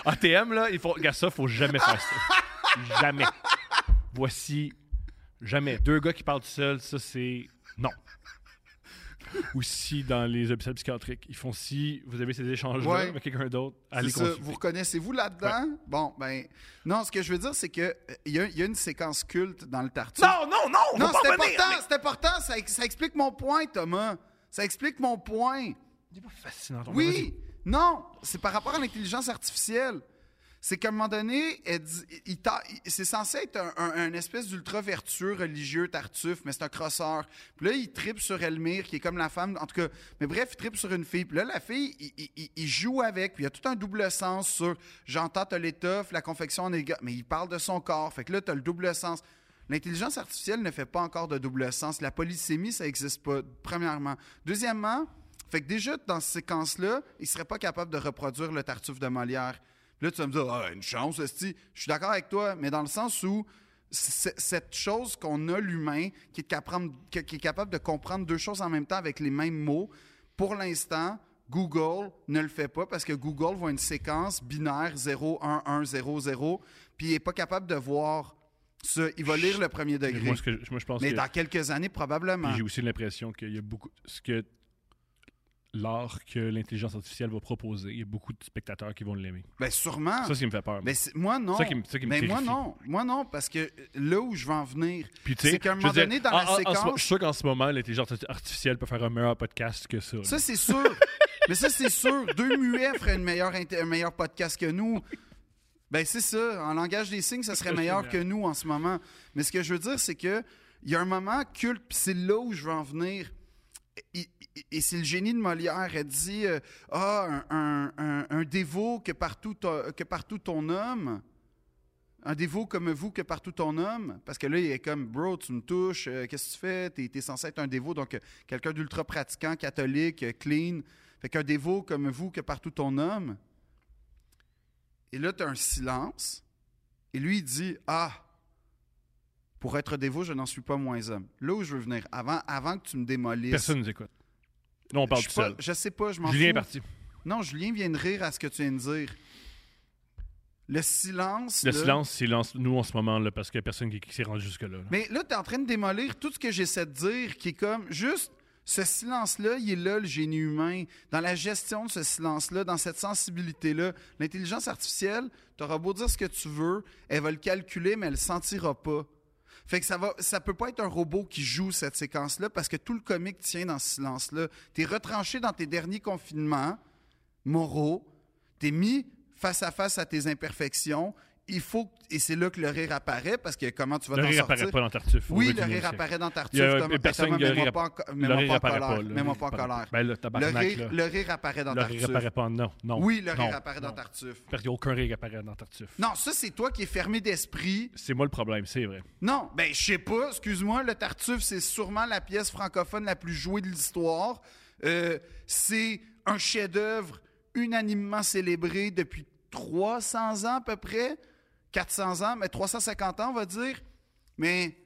ATM, là, il faut. Regarde ça, faut jamais faire ça. Jamais. Voici. Jamais. Deux gars qui parlent tout seuls, ça, c'est. Non. ou si dans les hôpitaux psychiatriques. Ils font si vous avez ces échanges-là
Ouais.
avec quelqu'un d'autre, allez
C'est ça.
consulter.
Vous reconnaissez-vous là-dedans? Bon, ben. Non, ce que je veux dire, c'est que euh, il y, a- il y a une séquence culte dans le Tartuffe.
Non, non, non, on
Non,
va pas
c'est
revenir,
important,
mais-
c'est important. Ça, ex- ça explique mon point, Thomas. Ça explique mon point.
C'est pas fascinant.
ben,
ton
Oui, non, c'est par rapport à l'intelligence artificielle. C'est qu'à un moment donné, elle dit- il t'a- il- c'est censé être un, un- un espèce d'ultra vertueux religieux Tartuffe, mais c'est un crosseur. Puis là, il tripe sur Elmire, qui est comme la femme, en tout cas. Mais bref, il tripe sur une fille. Puis là, la fille, il, il- il- il joue avec. Puis il y a tout un double sens sur j'entends, t'as l'étoffe, la confection en éga. Mais il parle de son corps. Fait que là, t'as le double sens. L'intelligence artificielle ne fait pas encore de double sens. La polysémie, ça n'existe pas, premièrement. Deuxièmement, fait que déjà, dans cette séquence-là, il serait pas capable de reproduire le Tartuffe de Molière. Puis Là, tu vas me dire, Ah, une chance, esti. Je suis d'accord avec toi, mais dans le sens où c- cette chose qu'on a, l'humain, qui est, capable, qui qui est capable de comprendre deux choses en même temps avec les mêmes mots, pour l'instant, Google ne le fait pas parce que Google voit une séquence binaire 0, 1, 1, 0, 0, puis il n'est pas capable de voir ça. Il va lire le premier
avis. Mais
degré.
moi, ce que je, moi, je pense
Mais
que-
dans quelques années, probablement.
Puis j'ai aussi l'impression qu'il y a beaucoup. Ce que l'art que l'intelligence artificielle va proposer, il y a beaucoup de spectateurs qui vont l'aimer.
Ben, sûrement.
Ça, c'est ce qui me fait peur.
Ben, c'est- moi, non.
Ça qui me- ça qui me
Mais moi,
terrifie.
non. Moi, non, parce que euh, là où je vais en venir,
Puis, tu sais,
c'est qu'à un
je
moment
veux dire,
donné, dans
en-
la
en- en ce
séquence...
moment- je suis sûr qu'en ce moment, l'intelligence arti- artificielle peut faire un meilleur podcast que ça. là.
Ça, c'est sûr. Mais ça, c'est sûr. Deux muets feraient une meilleure inté- un meilleur podcast que nous. Ben, c'est ça. En langage des signes, ça serait meilleur que nous en ce moment. Mais ce que je veux dire, c'est que il y a un moment culte, puis c'est là où je veux en venir. Et, et- et c'est le génie de Molière. Elle dit euh, Ah, un, un- un- un dévot que partout, t'as- que partout ton homme. Un dévot comme vous que partout ton homme. Parce que là, il est comme Bro, tu me touches, euh, qu'est-ce que tu fais T'es t'es censé être un dévot, donc euh, quelqu'un d'ultra pratiquant, catholique, euh, clean. Fait qu'un dévot comme vous que partout ton homme. Et là, tu as un silence. Et lui, il dit Ah, pour être dévot, je n'en suis pas moins homme. Là où je veux venir, avant, avant que tu me démolisses.
Personne nous écoute. Non, on parle
je,
tout
suis pas-
seul.
je sais pas, je m'en fous.
Julien est parti.
Non, Julien vient de rire à ce que tu viens de dire. Le silence.
Le
là-
silence, c'est l'en- nous en ce moment, là, parce qu'il n'y a personne qui, qui s'est rendu jusque-là. là.
Mais là, tu es en train de démolir tout ce que j'essaie de dire, qui est comme juste ce silence-là, il est là, le génie humain. Dans la gestion de ce silence-là, dans cette sensibilité-là, l'intelligence artificielle, tu auras beau dire ce que tu veux, elle va le calculer, mais elle le sentira pas. Fait que ça va, ça peut pas être un robot qui joue cette séquence-là parce que tout le comique tient dans ce silence-là. T'es retranché dans tes derniers confinements moraux, t'es mis face à face à tes imperfections. Il faut, et c'est là que le rire apparaît parce que comment tu vas
le
t'en
rire apparaît
sortir?
pas dans Tartuffe. au
Oui, le
21e
rire
siècle.
apparaît dans Tartuffe.
Il y a
Thomas.
personne
Hey, Thomas,
qui- le
mets-moi
rire-
pas en co-
Le
mets-moi
rire
pas en
apparaît pas.
colère.
là.
Mets-moi pas en colère.
Ben là,
Le
tabarnak,
rire,
là.
le rire apparaît dans
Le rire
Tartuffe.
apparaît pas. Non, non.
Oui, le rire
non,
apparaît dans
non.
Tartuffe.
Parce qu'il n'y a aucun rire qui apparaît dans Tartuffe.
Non, ça, c'est toi qui es fermé d'esprit.
C'est moi le problème, c'est vrai.
Non, ben, je sais pas, excuse-moi, le Tartuffe, c'est sûrement la pièce francophone la plus jouée de l'histoire. Euh, c'est un chef-d'œuvre unanimement célébré depuis 300 ans à peu près, 400 ans, mais 350 ans, on va dire. Mais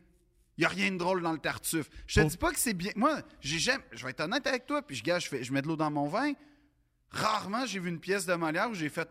il n'y a rien de drôle dans le Tartuffe. Je te
Oh.
dis pas que c'est bien. Moi, j'ai jamais- je vais être honnête avec toi, puis je, gars, je, fais, je mets de l'eau dans mon vin. Rarement, j'ai vu une pièce de Molière où j'ai fait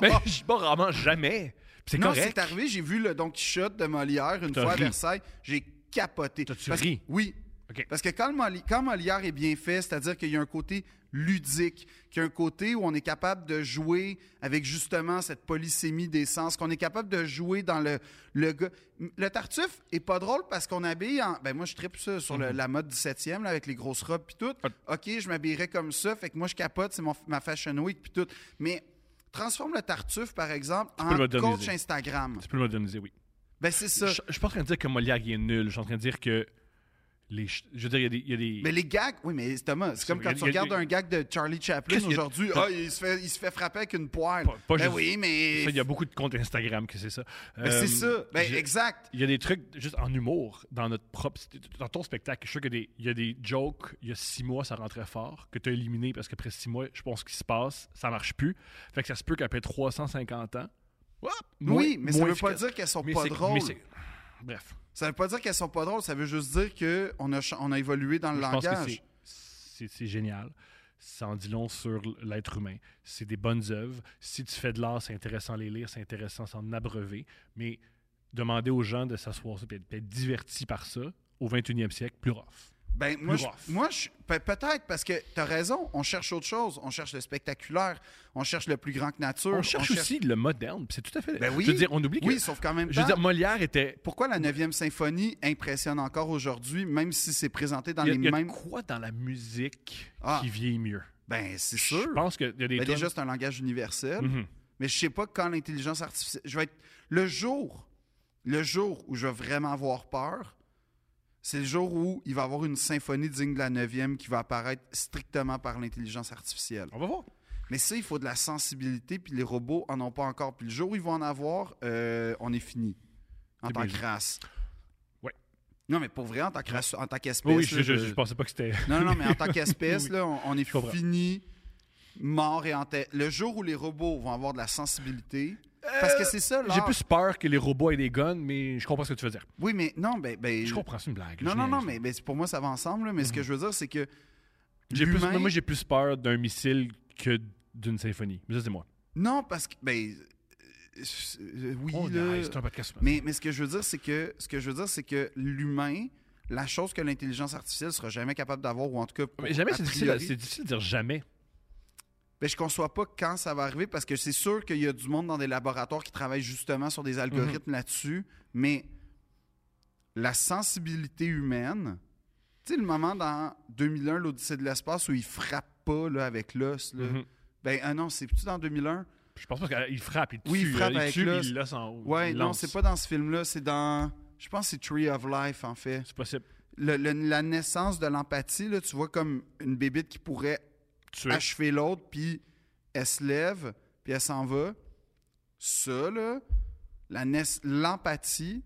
Mais Ben, je suis pas rarement jamais. Puis C'est
Oh. non,
correct.
c'est arrivé, j'ai vu le Don Quichotte de Molière une
T'as
fois à
ri.
Versailles. J'ai capoté.
T'as-tu
Parce-
ri?
Oui.
OK.
Parce que quand, le Moli- quand Molière est bien fait, c'est-à-dire qu'il y a un côté ludique, qu'il y a un côté où on est capable de jouer avec justement cette polysémie des sens, qu'on est capable de jouer dans le, le gars. Le Tartuffe est pas drôle parce qu'on habille en. Ben moi, je tripe ça sur
Mm-hmm.
le- la mode du 7e, là, avec les grosses robes puis tout.
Ah.
OK, je m'habillerais comme ça, fait que moi, je capote, c'est mon- ma fashion week puis tout. Mais transforme le Tartuffe, par exemple,
peux le
en
moderniser.
coach Instagram.
Tu peux le moderniser, oui.
Ben, c'est ça.
Je, je suis pas en train de dire que Molière il est nul. Je suis en train de dire que. Les, ch- je veux dire, il y a des. il y a des-
Mais les gags, oui, mais Thomas, c'est comme
Il y
quand
a-
tu
il y a-
regardes un gag de Charlie Chaplin
Qu'est-ce qu'il y a-
aujourd'hui,
T'as-
ah, il se fait, il se fait frapper avec une poêle.
Pas- pas
ben
juste-
oui, mais
ça, il y a beaucoup de comptes Instagram que c'est ça.
Ben,
Euh,
c'est ça, ben
j'ai-
exact.
Il y a des trucs juste en humour dans notre propre. Dans ton spectacle, je suis sûr qu'il y a des- il y a des jokes, il y a six mois, ça rentrait fort, que tu as éliminé parce qu'après six mois, je pense qu'il se passe, ça marche plus. Fait que ça se peut qu'après 350 ans. hop, moins-
oui, mais ça
moins
veut pas
efficace.
dire qu'elles sont
Mais
pas
c'est-
drôles.
mais c'est- Bref.
Ça veut pas dire qu'elles sont pas drôles, ça veut juste dire qu'on a, cha- on a évolué dans le
Je pense que
langage.
c'est- c'est c'est génial. Ça en dit long sur l'être humain. C'est des bonnes œuvres. Si tu fais de l'art, c'est intéressant à les lire, c'est intéressant à s'en abreuver. Mais demander aux gens de s'asseoir et d'être divertis par ça, au 21e siècle, plus rough.
Ben, moi,
Plus
je-
rough.
moi je- pe- peut-être, parce que tu as raison, on cherche autre chose. On cherche le spectaculaire, on cherche le plus grand que nature.
On cherche aussi le moderne, puis c'est tout à fait.
Ben oui.
Je veux dire, on oublie que.
Oui, sauf qu'en même
je veux
temps,
dire, Molière était.
pourquoi la 9e symphonie impressionne encore aujourd'hui, même si c'est présenté dans
Il y a,
les
il y a de
mêmes.
quoi dans la musique
Ah.
qui vieillit mieux
Ben, c'est
Je
sûr.
pense qu'il y a des.
Ben,
tonnes-
déjà, c'est un langage universel.
Mhm.
Mais je sais pas quand l'intelligence artificielle. Je vais être. Le jour, le jour où je vais vraiment avoir peur, c'est le jour où il va y avoir une symphonie digne de la 9e qui va apparaître strictement par l'intelligence artificielle.
On va voir.
Mais ça, il faut de la sensibilité, puis les robots en ont pas encore. Puis le jour où ils vont en avoir, euh, on est fini. En
C'est
tant
bien
que race.
Ouais.
Non, mais pour vrai, en tant que race- en tant qu'espèce.
Oui, oui, je,
là,
je-
je-
je pensais pas que c'était.
non, non, mais en tant qu'espèce,
Oui.
là, on, on est
comprends.
fini, mort et en tête. Le jour où les robots vont avoir de la sensibilité, parce que c'est ça,
Euh, J'ai
l'art.
plus peur que les robots aient des guns, mais je comprends ce que tu veux dire.
Oui, mais non, ben, ben,
Je comprends, c'est une blague.
Non,
je
non,
niaise.
non, mais ben, c'est- pour moi, ça va ensemble. là, mais ce que je veux dire, c'est que
J'ai plus-
l'humain-
moi, j'ai plus peur d'un missile que d'une symphonie. Mais ça, c'est moi.
non, parce que ben, euh, euh, oui,
Oh,
là,
nice, c'est un podcast. man.
mais, mais ce que je veux dire, c'est que ce que je veux dire, c'est que l'humain, la chose que l'intelligence artificielle sera jamais capable d'avoir, ou en tout cas, pour-
Mais jamais,
a
c'est difficile, à-
priori,
c'est difficile de dire jamais.
Ben, je ne conçois pas quand ça va arriver parce que c'est sûr qu'il y a du monde dans des laboratoires qui travaillent justement sur des
Mhm.
algorithmes là-dessus, mais la sensibilité humaine, tu sais, le moment dans 2001, l'Odyssée de l'espace, où il frappe pas là, avec l'os, là.
Mhm.
ben ah non, c'est-tu dans 2001?
Je pense pas qu'il frappe, il tue,
Oui, il frappe
euh, il
avec
tue,
l'os.
il laisse en haut.
Ouais,
il
non,
lance.
c'est pas dans ce film-là, c'est dans, je pense que c'est Tree of Life, en fait.
C'est possible.
Le- le- la naissance de l'empathie, là, tu vois comme une bébite qui pourrait
Tuer.
achever l'autre, puis elle se lève, puis elle s'en va. Ça, là, la naiss- l'empathie,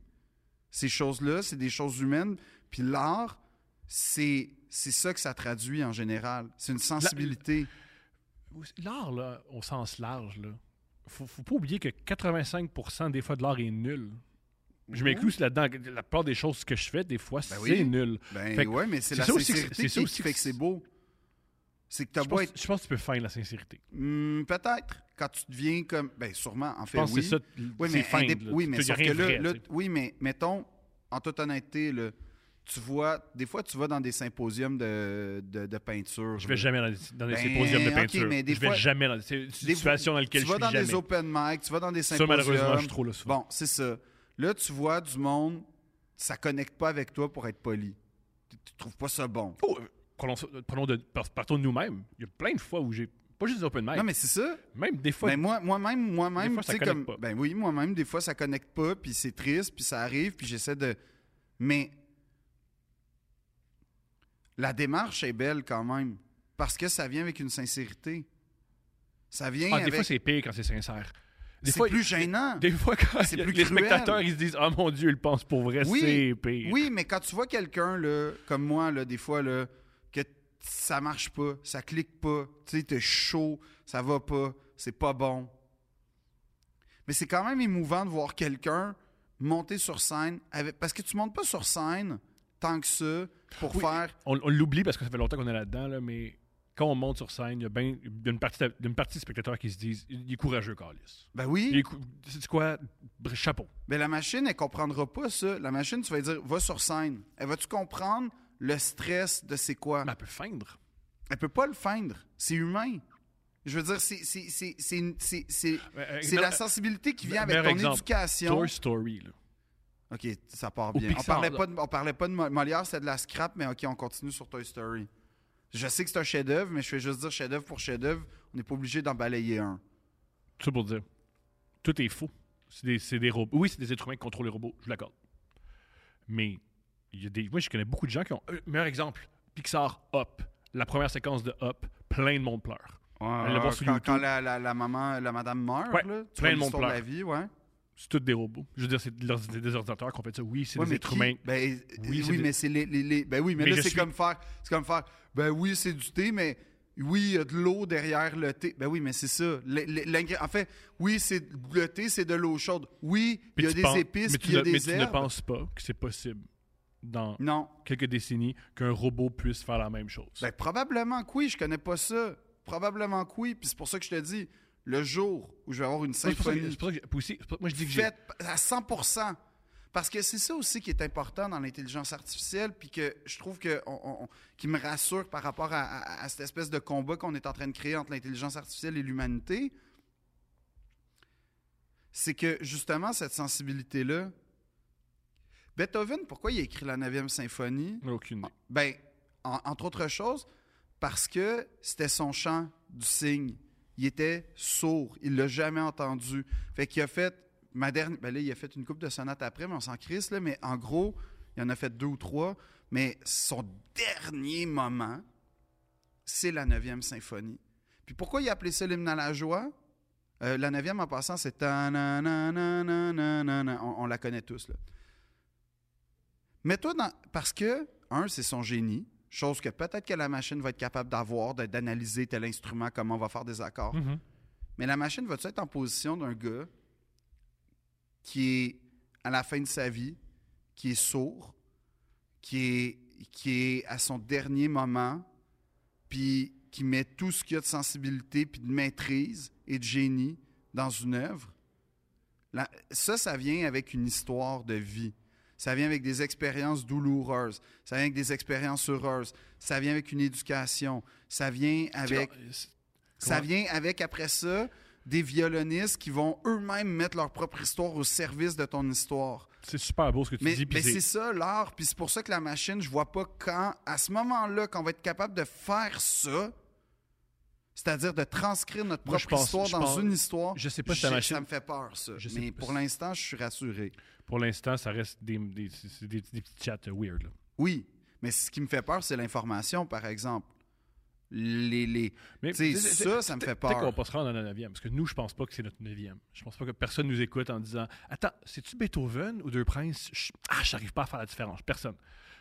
ces choses-là, c'est des choses humaines. Puis l'art, c'est c'est ça que ça traduit en général. C'est une sensibilité.
L'art, là, au sens large, là, faut, faut pas oublier que 85% des fois de l'art est nul. Je
Ouais.
m'inclus là-dedans. La plupart des choses que je fais, des fois, c'est
oui.
nul.
Ben
Fait que
ouais, mais c'est
c'est
la
ça aussi que-
sincérité
c'est ça
qui,
aussi
qui
que
fait que c'est
c'est-
beau. C'est que t'as
Je
beau
pense,
être...
je pense que tu peux feindre la sincérité.
Hmm, Peut-être, quand tu deviens comme... Ben sûrement, en
Je
fait,
pense
oui.
que c'est ça.
Oui,
c'est
mais,
feindre.
indép-
là.
oui,
Tu-
mais
tu- y a
sauf que
rien de
là,
vrai,
là-
tu sais.
oui, mais mettons, en toute honnêteté, là, tu vois, des fois, tu vas dans des symposiums de, de, de peinture.
Je vais
là.
jamais dans des, dans des
Ben,
symposiums de
ok,
peinture.
mais des
je vais
fois-
jamais dans C'est une
Des-
situation dans laquelle
tu
je
vas
suis
dans
jamais.
des open mic, tu vas dans des
ça,
symposiums.
malheureusement, je suis trop là souvent.
Bon, c'est ça. Là, tu vois du monde, ça connecte pas avec toi pour être poli. Tu, tu trouves pas ça bon.
Oh, euh, prenons, ça- prenons de, par- partons de nous-mêmes. Il y a plein de fois où j'ai pas juste des open mic.
Non, mais c'est ça.
Même des fois,
Ben, moi, moi-même,
Des
moi-même,
fois,
tu
ça
sais, comme.
connecte pas.
Ben oui, moi-même, des fois, ça connecte pas, puis c'est triste, puis ça arrive, puis j'essaie de. Mais. La démarche est belle quand même, parce que ça vient avec une sincérité. Ça vient
Ah, des
avec.
fois c'est pire quand c'est sincère. Des
c'est
fois,
plus gênant.
Des fois, quand
C'est
y a-
plus
les
cruel.
spectateurs, ils se disent Ah mon Dieu, il pense pour vrai,
Oui.
c'est pire.
Oui, mais quand tu vois quelqu'un, là, comme moi, là, des fois, là, que t- ça marche pas, ça clique pas, tu sais, t'es chaud, ça va pas, c'est pas bon. Mais c'est quand même émouvant de voir quelqu'un monter sur scène avec. Parce que tu montes pas sur scène tant que ça pour
Oui.
faire.
On, on l'oublie parce que ça fait longtemps qu'on est là-dedans, là, mais quand on monte sur scène, il y a bien une partie, de- d'une partie des spectateurs qui se disent Il est courageux, Carlis.
Ben oui.
Il est cou- C'est quoi Br- Chapeau.
Mais la machine, elle comprendra pas ça. La machine, tu vas lui dire, va sur scène. Elle va-tu comprendre le stress de c'est quoi?
Mais Ben, elle peut feindre.
Elle peut pas le feindre. C'est humain. Je veux dire, c'est c'est- c'est- c'est une- c'est- c'est-
Mais, euh,
c'est
non,
la
euh,
sensibilité qui vient
me-
avec ton
meilleur exemple.
éducation.
Toy Story. là.
OK, ça part
Ou
bien. On
Pixar,
parlait,
là.
pas de, on parlait pas de Mo- Molière, c'est de la scrap, mais OK, on continue sur Toy Story. Je sais que c'est un chef-d'œuvre, mais je vais juste dire chef-d'œuvre pour chef-d'œuvre. On n'est pas obligé d'en balayer un.
Tout ça pour dire Tout est faux. C'est des, c'est des robots. Oui, c'est des êtres humains qui contrôlent les robots, je vous l'accorde. Mais il y a des. Moi, je connais beaucoup de gens qui ont. euh, meilleur exemple, Pixar Up. La première séquence de Up, plein de monde pleure. Elle le voit sur
Euh, quand
YouTube.
quand la, la- la maman, la madame meurt,
Ouais,
là, tu vois
plein de monde
l'histoire de la
pleure.
vie, ouais.
C'est tous des robots. Je veux dire, c'est de l'ordi- des, ordinateurs qui ont fait ça. Oui, c'est
Ouais,
des
mais
êtres
qui-
humains.
ben,
Oui,
oui,
c'est des-
mais c'est les, les- les- ben oui, mais,
Mais
là
je
c'est
suis-
comme faire, c'est comme faire, ben oui c'est du thé, mais oui il y a de l'eau derrière le thé. Ben oui, mais c'est ça. L- l- l'ingré- En fait, oui c'est le thé, c'est de l'eau chaude. Oui, il
Puis
y a
tu
des
penses-
épices,
mais
puis
tu
il y a
ne-
des
Mais tu ne
herbes.
penses pas que c'est possible dans
Non,
quelques décennies qu'un robot puisse faire la même chose.
ben probablement que oui, je connais pas ça. Probablement que oui, puis c'est pour ça que je te dis, le jour où je vais avoir une
Moi, c'est pour ça que-
symphonie
c'est pour ça que j'ai- puis aussi, c'est pour- moi je dis que j'ai-
faite à 100%. Parce que c'est ça aussi qui est important dans l'intelligence artificielle, puis que je trouve que on- on- on- qui me rassure par rapport à, à- à cette espèce de combat qu'on est en train de créer entre l'intelligence artificielle et l'humanité, c'est que justement cette sensibilité-là. Beethoven, pourquoi il a écrit la 9e symphonie?
Aucune idée.
Ben, en- entre autres choses, parce que c'était son chant du signe. Il était sourd, il l'a jamais entendu. Fait qu'il a fait ma dernière. Ben là, il a fait une coupe de sonates après, mais on s'en crisse là. Mais en gros, il en a fait deux ou trois. Mais son dernier moment, c'est la 9e symphonie. Puis pourquoi il a appelé ça l'hymne à la joie? Euh, la 9e en passant, c'est ta na na na na na na na. on, on la connaît tous. Là. Mais toi, dans- parce que, un, c'est son génie, chose que peut-être que la machine va être capable d'avoir, de- d'analyser tel instrument, comment on va faire des accords.
Mhm.
Mais la machine va-tu être en position d'un gars qui est à la fin de sa vie, qui est sourd, qui est, qui est à son dernier moment, puis qui met tout ce qu'il y a de sensibilité, puis de maîtrise et de génie dans une œuvre? La- ça, ça vient avec une histoire de vie. Ça vient avec des expériences douloureuses. Ça vient avec des expériences heureuses. Ça vient avec une éducation. Ça vient avec. Ça
Comment-
vient avec, après ça, des violonistes qui vont eux-mêmes mettre leur propre histoire au service de ton histoire.
C'est super beau ce que tu
Mais,
dis. puis
mais
c'est-
c'est ça, l'art. Puis c'est pour ça que la machine, je vois pas quand, à ce moment-là, qu'on va être capable de faire ça, c'est-à-dire de transcrire notre
Moi,
propre
je pense-
histoire
je
dans
pense-
une histoire.
je sais pas si la
j'ai-
machine-
Ça me fait peur, ça.
Je sais
Mais
pas
pour
si-
l'instant, je suis rassuré.
Pour l'instant, ça reste des, des, c'est des- des petits chats euh, weird. là.
Oui, mais ce qui me fait peur, c'est l'information, par exemple. Les, les...
Mais
Tu sais,
c'est- c'est-
ça, ça me fait
Peut-être qu'on
peur.
passera dans la 9e, parce que nous, je pense pas que c'est notre 9e. Je pense pas que personne nous écoute en disant Attends, c'est-tu Beethoven ou Deux Princes Je- Ah, j'arrive pas à faire la différence. Personne.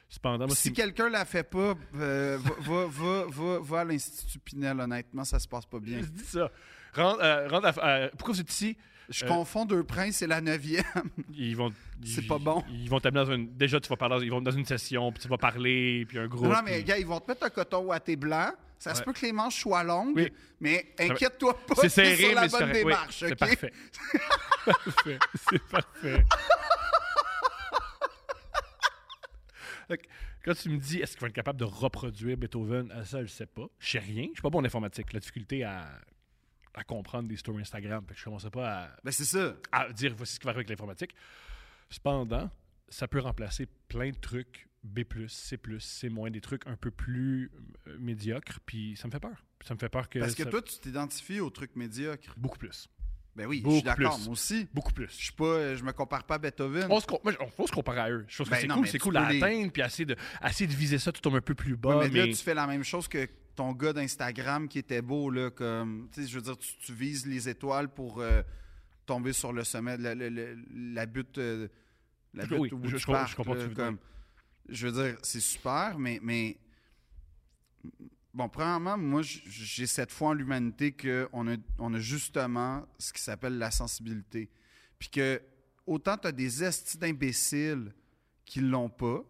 Cependant, moi,
Si
c'est-
quelqu'un la fait pas, euh, va, va- va- va- va à l'Institut Pinel, honnêtement, ça se passe pas bien.
je dis ça. Rentre, euh, rentre à- euh, pourquoi vous êtes ici
Je
Euh,
confonds deux princes et la neuvième.
Ils vont.
C'est
ils-
pas bon.
Ils vont t'amener dans une. Déjà, tu vas parler. dans- Ils vont dans une session, puis tu vas parler, puis un groupe.
non, mais
puis-
gars, ils vont te mettre un coton à tes blanc. Ça se
Ouais.
peut que les manches soient longues,
Oui.
mais inquiète-toi pas,
C'est
t'es
serré,
sur la
mais
bonne
correct. Oui,
démarche.
C'est
ok?
parfait. Parfait. C'est parfait. Donc, Quand tu me dis, est-ce qu'ils vont être capables de reproduire Beethoven, Ah, ça, je ne sais pas. Je sais rien. Je suis pas bon en informatique. La difficulté à, à comprendre des stories Instagram. Fait que je ne commençais pas à,
Ben, c'est ça.
à dire voici ce qui va arriver avec l'informatique. Cependant, ça peut remplacer plein de trucs B+, C+, C-, des trucs un peu plus euh, médiocres, puis ça me fait peur. Ça me fait peur que...
Parce que
ça-
toi, tu t'identifies au truc médiocre.
Beaucoup plus.
Ben oui, je suis
Beaucoup
d'accord,
plus.
moi aussi.
Beaucoup plus.
Je suis pas, euh, je me compare pas à Beethoven.
On se, com- moi, je- on- faut se comparer à eux. Je trouve
Ben
que c'est
non,
cool,
mais
c'est
tu
cool
peux
à
les-
atteindre, puis essayer de, essayer de viser ça, tu tombes un peu plus bas.
Ouais, mais,
mais
là, tu fais la même chose que ton gars d'Instagram qui était beau, là, comme, tu sais, je veux dire, tu, tu vises les étoiles pour euh, tomber sur le sommet, de la, la- la- la butte, euh, la butte
Oui,
où
je-
tu
je comprends-
pars,
je comprends
là,
ce que tu veux
comme, Je veux dire, c'est super, mais, mais... Bon, premièrement, moi, j- j'ai cette foi en l'humanité qu'on a, on a justement ce qui s'appelle la sensibilité. Puis que, autant tu as des estis d'imbéciles qui l'ont pas,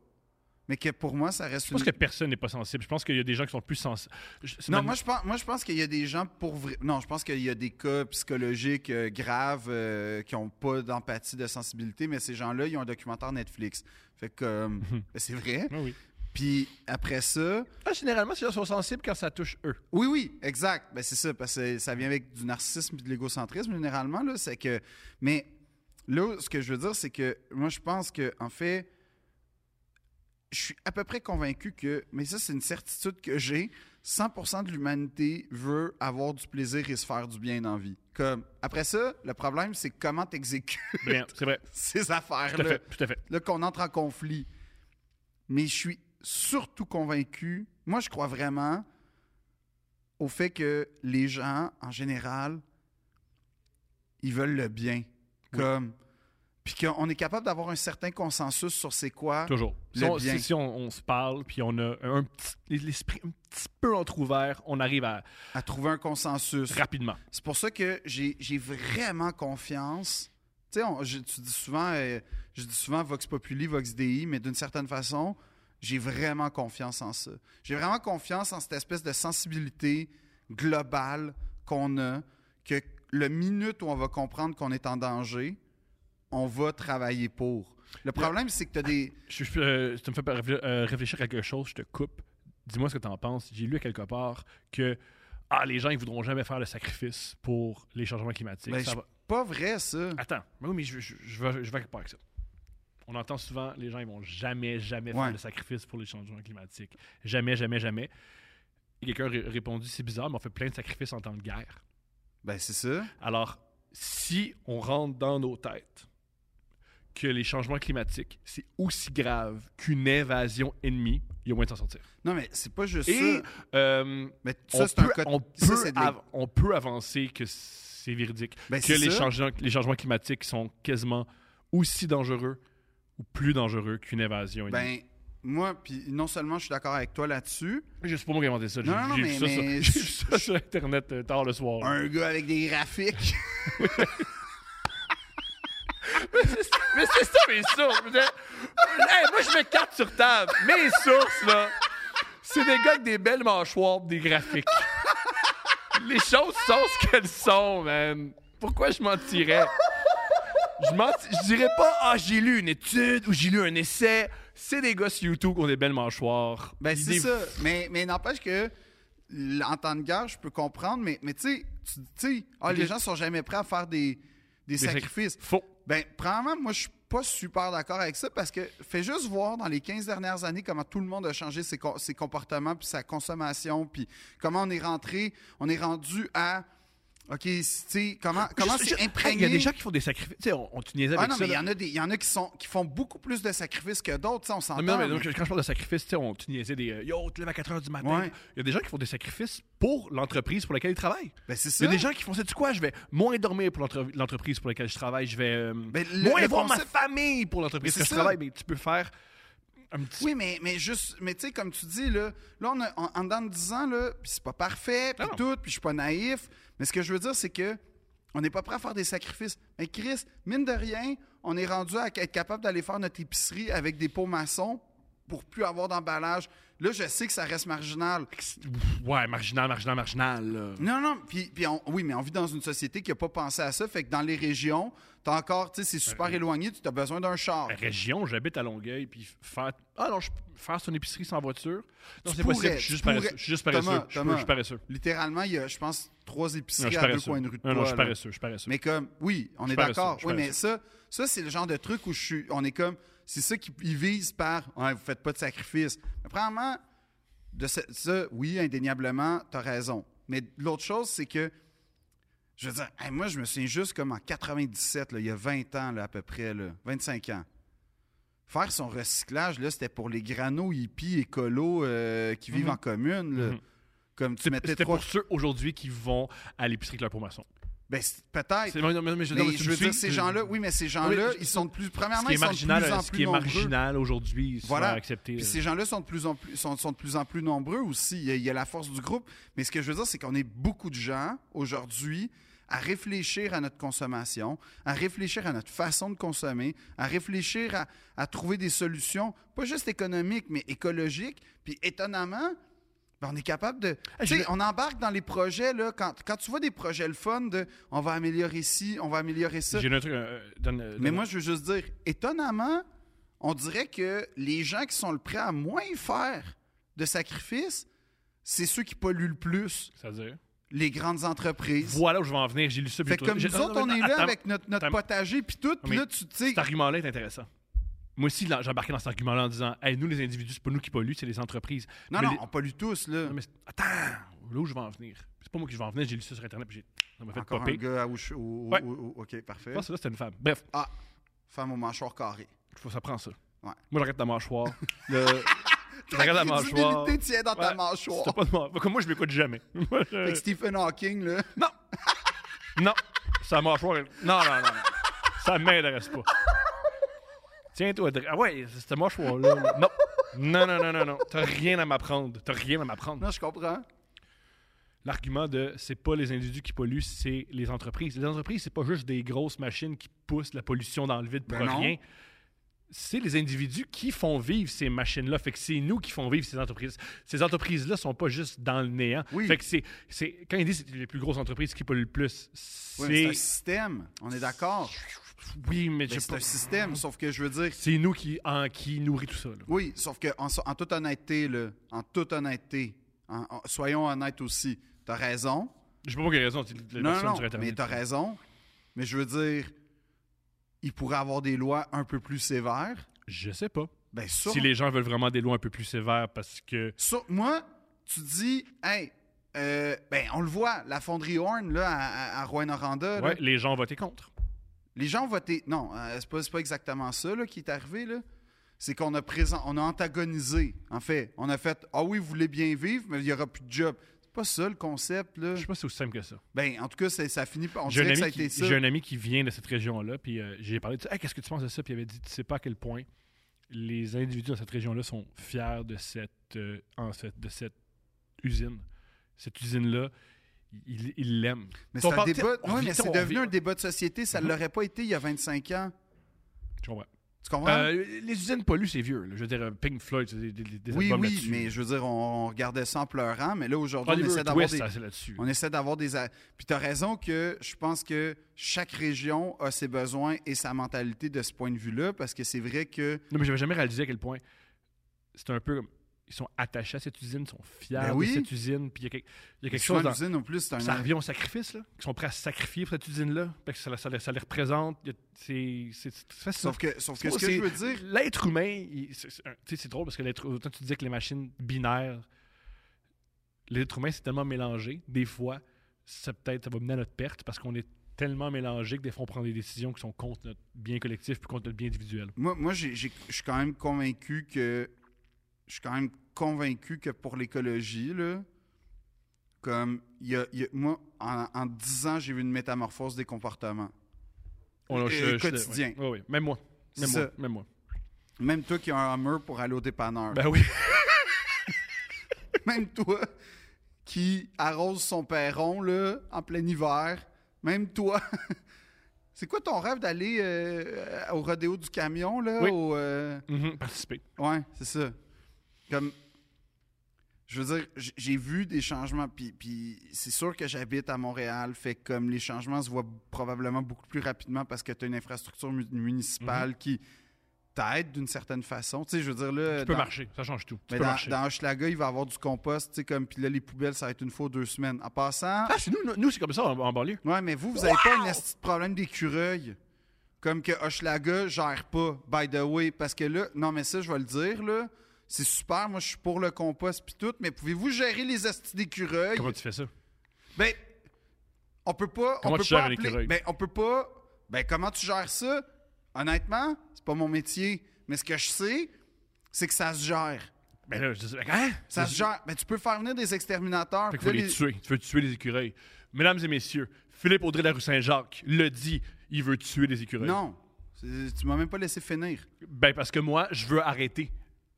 mais que pour moi, ça reste
Je pense
une-
que personne n'est pas sensible. Je pense qu'il y a des gens qui sont plus sensibles. Je- c'est
non,
même-
moi je pense, moi je pense qu'il y a des gens pour vrai. Non, je pense qu'il y a des cas psychologiques euh, graves euh, qui ont pas d'empathie, de sensibilité, mais ces gens-là, ils ont un documentaire Netflix. Fait que euh, ben, c'est vrai.
Ah oui.
Puis après ça,
Ah, généralement, ces gens sont sensibles quand ça touche eux.
oui, oui, exact. Ben, c'est ça, parce que ça vient avec du narcissisme et de l'égocentrisme, généralement. Là, c'est que... Mais là, ce que je veux dire, c'est que moi, je pense que, en fait, je suis à peu près convaincu que, mais ça, c'est une certitude que j'ai, 100% de l'humanité veut avoir du plaisir et se faire du bien dans la vie. Comme, après ça, le problème, c'est comment t'exécutes
Bien, c'est vrai.
ces
Tout à
affaires-là
fait. Tout à fait.
là, qu'on entre en conflit. Mais je suis surtout convaincu, moi je crois vraiment au fait que les gens, en général, ils veulent le bien. Comme. Puis qu'on est capable d'avoir un certain consensus sur c'est quoi.
Toujours. Si,
Ah, Le
on,
bien.
si- si on- on se parle, puis on a un petit, l'esprit un petit peu entrouvert, on arrive à,
À trouver un consensus.
rapidement.
C'est pour ça que j'ai j'ai vraiment confiance. Tu sais, on- je- tu dis souvent, euh, je dis souvent Vox Populi, Vox Dei, mais d'une certaine façon, j'ai vraiment confiance en ça. J'ai vraiment confiance en cette espèce de sensibilité globale qu'on a, que le minute où on va comprendre qu'on est en danger, on va travailler pour. Le problème, c'est que tu as des.
Je, je- euh, ça me fait réfl- euh, réfléchir à quelque chose, je te coupe. Dis-moi ce que tu en penses. J'ai lu quelque part que ah, les gens, ils voudront jamais faire le sacrifice pour les changements climatiques.
Ben,
Ça
je-
va-
Pas vrai, ça.
Attends, mais oui, mais je, je, je vais, je vais quelque part avec ça. On entend souvent, les gens, ils vont jamais, jamais
Ouais.
faire le sacrifice pour les changements climatiques. Jamais, jamais, jamais. Et quelqu'un a ré- répondu, c'est bizarre, mais on fait plein de sacrifices en temps de guerre.
Ben, c'est ça.
Alors, si on rentre dans nos têtes que les changements climatiques, c'est aussi grave qu'une invasion ennemie, il y a moyen de s'en sortir.
Non, mais c'est pas juste
Et
ça.
euh,
Mais
on,
ça, c'est un
peut,
code.
on
ça,
peut
c'est de
av- on peut avancer que c'est véridique,
Ben,
que
c'est
les
ça.
changements, les changements climatiques sont quasiment aussi dangereux ou plus dangereux qu'une invasion ennemie.
Ben, moi, puis non seulement je suis d'accord avec toi là-dessus,
Juste pour moi qui ai inventé ça. J'ai
Non, non, non,
j'ai
mais-
vu ça, sur-
mais-
j'ai vu ça sur Internet euh, tard le soir.
un gars avec des graphiques.
Mais c'est ça mes sources. Je veux dire, hey, moi, je mets carte sur table. Mes sources, là, c'est des gars avec des belles mâchoires pis des graphiques. Les choses sont ce qu'elles sont, man. Pourquoi je mentirais? Je, menti- je dirais pas, ah, j'ai lu une étude ou j'ai lu un essai. C'est des gars sur YouTube qui ont des belles mâchoires.
Ben,
Pis
c'est
des-
ça. Mais, mais n'empêche que, l- en temps de guerre, je peux comprendre, mais, mais tu sais, tu tu sais, ah, les
Ok.
gens sont jamais prêts à faire des, des
sac-
sacrifices.
Faux.
Ben, premièrement, moi, je suis pas super d'accord avec ça parce que fais juste voir dans les 15 dernières années comment tout le monde a changé ses, co- ses comportements puis sa consommation puis comment on est rentré, on est rendu à OK, tu sais comment comment
Juste-
c'est
juste-
imprégné.
Hey, Il y a des gens qui font des sacrifices. Tu sais, on, on tu niaisais
Ah
avec
non,
ça.
mais il y
là.
en a des il y en a qui sont qui font beaucoup plus de sacrifices que d'autres, tu sais, on s'entend.
Non, Ah, mais non, mais
mais-
donc, quand je parle de sacrifice, tu sais, on tu niaisais des euh, Yo, tu te lèves à 4 h du matin. Il
Ouais.
y a des gens qui font des sacrifices pour l'entreprise pour laquelle ils travaillent.
Ben, c'est
Il y
ça.
a des gens qui font Sais-tu quoi Je vais moins dormir pour l'entre- l'entreprise pour laquelle je travaille. Je vais euh,
Ben, le-
moins
le
voir
concept-
ma famille pour l'entreprise
Mais
que je
c'est ça.
travaille. Mais tu peux faire un petit.
Oui, mais, mais juste, mais tu sais, comme tu dis, là, là on a- en, en dedans de 10 ans, là, puis c'est pas parfait, puis
Non.
tout, puis je suis pas naïf. Mais ce que je veux dire, c'est que on n'est pas prêt à faire des sacrifices. Mais Chris, mine de rien, on est rendu à être capable d'aller faire notre épicerie avec des pots maçons pour plus avoir d'emballage. Là, je sais que ça reste marginal.
Ouais, marginal, marginal, marginal. là.
Non, non, puis, puis on- oui, mais on vit dans une société qui n'a pas pensé à ça. Fait que dans les régions, t'as encore, tu sais, c'est super
Euh,
éloigné, tu as besoin d'un char.
La Région, j'habite à Longueuil, puis faire. Ah non, je peux faire son épicerie sans voiture. Non,
Tu
c'est possible.
pourrais,
Je suis
tu
juste
pourrais.
paresseux. Je suis juste
Thomas,
paresseux. Je peux-
Thomas.
je suis paresseux.
Littéralement, il y a, je pense, trois
Non,
épiceries
je suis
à deux
paresseux.
coins de rue de
Non, non,
toi,
je suis
là.
paresseux. Je suis paresseux.
Mais comme, oui, on est
paresseux,
d'accord.
je suis
Oui, mais ça, ça c'est le genre de truc où je suis, on est comme, c'est ça qu'ils ils visent par, ouais, vous faites pas de sacrifice. Mais premièrement, de ce- ça, oui, indéniablement, t'as raison. Mais l'autre chose, c'est que, je veux dire, hey, moi, je me souviens juste comme en 97, là, il y a 20 ans là, à peu près, là, 25 ans. Faire son recyclage, là, c'était pour les granos hippies, écolos euh, qui vivent en commune. là.
Mhm.
Comme tu
C'est-
mettais
C'était
trois
pour ceux aujourd'hui qui vont à l'épicerie avec leur pommation.
Ben, c'est- peut-être.
C'est- non, non, mais je, non,
Mais
mais tu
je
me
veux dire,
suis-
ces gens-là, oui, mais ces gens-là,
Oui, je-
ils sont de plus.
Ce
Premièrement,
qui est
ils sont de plus en
marginal,
plus
ce qui est
nombreux.
marginal aujourd'hui, c'est
Voilà.
accepté. euh,
Puis
là.
ces gens-là sont de plus en plus sont, sont de plus en plus nombreux aussi. Il y, a, il y a la force du groupe. Mais ce que je veux dire, c'est qu'on est beaucoup de gens aujourd'hui à réfléchir à notre consommation, à réfléchir à notre façon de consommer, à réfléchir à, à trouver des solutions, pas juste économiques, mais écologiques. Puis étonnamment, ben, on est capable de.
Ah,
tu sais,
je vais-
on embarque dans les projets, là, quand, quand tu vois des projets le fun de on va améliorer ci, on va améliorer ça.
J'ai un truc. euh, donne- euh,
Mais
donne-
moi, je veux juste dire, étonnamment, on dirait que les gens qui sont le prêts à moins faire de sacrifices, c'est ceux qui polluent le plus,
C'est-à-dire.
les grandes entreprises.
Voilà où je vais en venir. J'ai lu ça. puis
Fait
j'ai
que comme
trouvé-
nous
j'ai-
autres,
non,
on
non,
est
non,
là
attends,
avec notre, notre
attends.
potager puis tout, puis
Mais
là, tu tu sais...
Cet argument-là est intéressant. Moi aussi, là, j'ai embarqué dans cet argument-là en disant Hey, nous, les individus, c'est pas nous qui polluent, c'est les entreprises.
Non,
Mais
non,
les-
on pollue tous, là.
Non, mais c'est- Attends, là où je vais en venir. C'est pas moi qui je vais en venir. J'ai lu ça sur Internet. puis j'ai- Ça m'a fait
Encore
popper.
un gars à Ouch- au- au-
Ouais.
au- au- OK, parfait.
Je pense que là, c'était une femme. Bref,
Ah, femme au mâchoire carré.
faut- ça prend ça.
Ouais.
Moi, j'arrête la mâchoire. le... J'arrête la mâchoire.
Crédibilité tient dans ta
Ouais,
mâchoire.
C'était pas de mâchoire. Comme moi, je m'écoute jamais. Moi, je-
Fait que Stephen Hawking, là...
Non. Non. Sa mâchoire. elle- Non, non, non. non. Ça m'intéresse pas. Tiens-toi. dr- Ah ouais, c'est cette mâchoire-là. là. Non. Non, non, non, non, non. T'as rien à m'apprendre. T'as rien à m'apprendre.
Non, je comprends.
L'argument de c'est pas les individus qui polluent, c'est les entreprises. Les entreprises, c'est pas juste des grosses machines qui poussent la pollution dans le vide pour
Ben non.
rien. c'est les individus qui font vivre ces machines-là. Fait que c'est nous qui font vivre ces entreprises. Ces entreprises-là sont pas juste dans le néant.
Oui.
Fait que c'est, c'est, quand ils disent que c'est les plus grosses entreprises qui polluent le plus, c'est.
Oui, mais c'est un système, on est d'accord.
oui, mais
Mais
je sais
C'est un
pas.
système, sauf que je veux dire.
C'est nous qui, en, qui nourrit tout ça. là.
Oui, sauf que en, so- en toute honnêteté, là, en toute honnêteté, en- en- soyons honnêtes aussi. T'as raison.
Je sais pas pour quelle raison. c'est La
Non,
personne
non,
sur
non,
Internet.
mais t'as raison. Mais je veux dire, il pourrait avoir des lois un peu plus sévères.
Je sais pas.
Ben sûr.
Si les gens veulent vraiment des lois un peu plus sévères parce que.
Sur- moi, tu dis, hey, euh, ben on le voit, la fonderie Horn là à, à, à Rouyn-Noranda, là,
Ouais, les gens ont voté contre.
les gens ont voté. Non, euh, c'est pas, c'est pas exactement ça là, qui est arrivé là. C'est qu'on a présent, on a antagonisé. En fait, on a fait, ah oui, vous voulez bien vivre, mais il y aura plus de job. C'est pas ça le concept là.
Je sais pas si c'est aussi simple que ça.
Ben en tout cas, c'est- ça finit par. On
J'ai
dirait
un,
que ça a
ami
été
qui,
ça.
j'ai un ami qui vient de cette région-là, puis euh, j'ai parlé de ça. Hey, qu'est-ce que tu penses de ça? Puis il avait dit, tu sais pas à quel point les individus dans cette région-là sont fiers de cette, euh, en fait, de cette usine. Cette usine-là, ils ils l'aiment.
Mais
Ton
c'est un
parti-
débat.
on
ouais,
vit
mais
ton-
c'est
on
devenu
vit-
un débat de société. Ça
Mhm.
l'aurait pas été il y a 25 ans.
Je comprends.
Tu comprends?
Euh, les usines polluent, c'est vieux. là. Je veux dire, euh, Pink Floyd, c'est des, des, des
oui,
albums
oui,
là-dessus.
mais je veux dire, on, on regardait ça en pleurant, mais là aujourd'hui, on
Oliver
essaie d'avoir
Twist,
des.
ça, c'est là-dessus.
On essaie d'avoir des. a- Puis tu as raison que je pense que chaque région a ses besoins et sa mentalité de ce point de vue-là, parce que c'est vrai que.
Non, mais j'avais jamais réalisé à quel point c'est un peu comme. Ils sont attachés à cette usine, ils sont fiers
Ben oui.
de cette usine. Puis il y a quelque, il y a quelque
souvent,
chose. dans-
l'usine, en plus, c'est un.
Ça revient au sacrifice, là. Ils sont prêts à se sacrifier pour cette usine-là. Fait que ça, ça- ça les représente. Il y a- C'est c'est- c'est facile.
Sauf que, sauf que ce
Moi,
que je
c'est-
veux dire.
L'être humain, il- c'est- c'est un- tu sais, c'est drôle parce que l'être- autant tu disais que les machines binaires, l'être humain, c'est tellement mélangé. Des fois, ça peut-être ça va mener à notre perte parce qu'on est tellement mélangé que des fois, on prend des décisions qui sont contre notre bien collectif puis contre notre bien individuel.
Moi, moi j'ai- j'ai- je suis quand même convaincu que. Je suis quand même convaincu que pour l'écologie, là. Comme. il y a- il y a- moi, en, en 10 ans, j'ai vu une métamorphose des comportements.
On-
Euh, quotidien.
ouais. Ouais, ouais. Même moi. Même
C'est
moi.
ça.
Même moi.
Même toi qui as un Hummer pour aller au dépanneur.
Ben oui.
Même toi qui arrose son perron là, en plein hiver. Même toi. C'est quoi ton rêve d'aller euh, au rodéo du camion? Là,
Oui.
au, euh,
Mhm, Participer.
Ouais, c'est ça. Comme. Je veux dire, j- j'ai vu des changements, puis, puis c'est sûr que j'habite à Montréal, fait que comme les changements se voient probablement beaucoup plus rapidement parce que tu as une infrastructure mu-
Mm-hmm.
municipale qui t'aide d'une certaine façon. Tu sais, je veux dire, là.
Tu peux
dans-
marcher. Ça change tout. Tu
mais
peux
dans,
marcher.
dans Hochelaga, il va y avoir du compost, tu sais, comme, puis là, les poubelles, ça va être une fois aux deux semaines. En passant,
Ah, c'est nous, nous, nous, c'est comme ça en, en banlieue.
ouais, mais vous, vous n'avez pas un esti de problème d'écureuil, comme que Hochelaga gère pas, by the way, parce que là, non, mais ça, je vais le dire, là, c'est super, moi, je suis pour le compost puis tout, mais pouvez-vous gérer les estis d'écureuil?
Comment tu fais ça?
Ben, on peut pas, on
Comment
peut
tu
pas
gères un
appeler-
écureuil?
ben, on peut pas, ben, comment tu gères ça? Honnêtement, c'est pas mon métier, mais ce que je sais, c'est que ça se gère.
Ben là, je dis, hein?
Ça se gère. Mais tu peux faire venir des exterminateurs.
Fait que
puis
tu veux
là,
les tuer. Tu veux tuer les écureuils. Mesdames et messieurs, Philippe Audrey de la rue Saint-Jacques le dit, il veut tuer les écureuils.
Non. C'est- Tu m'as même pas laissé finir.
Ben parce que moi, je veux arrêter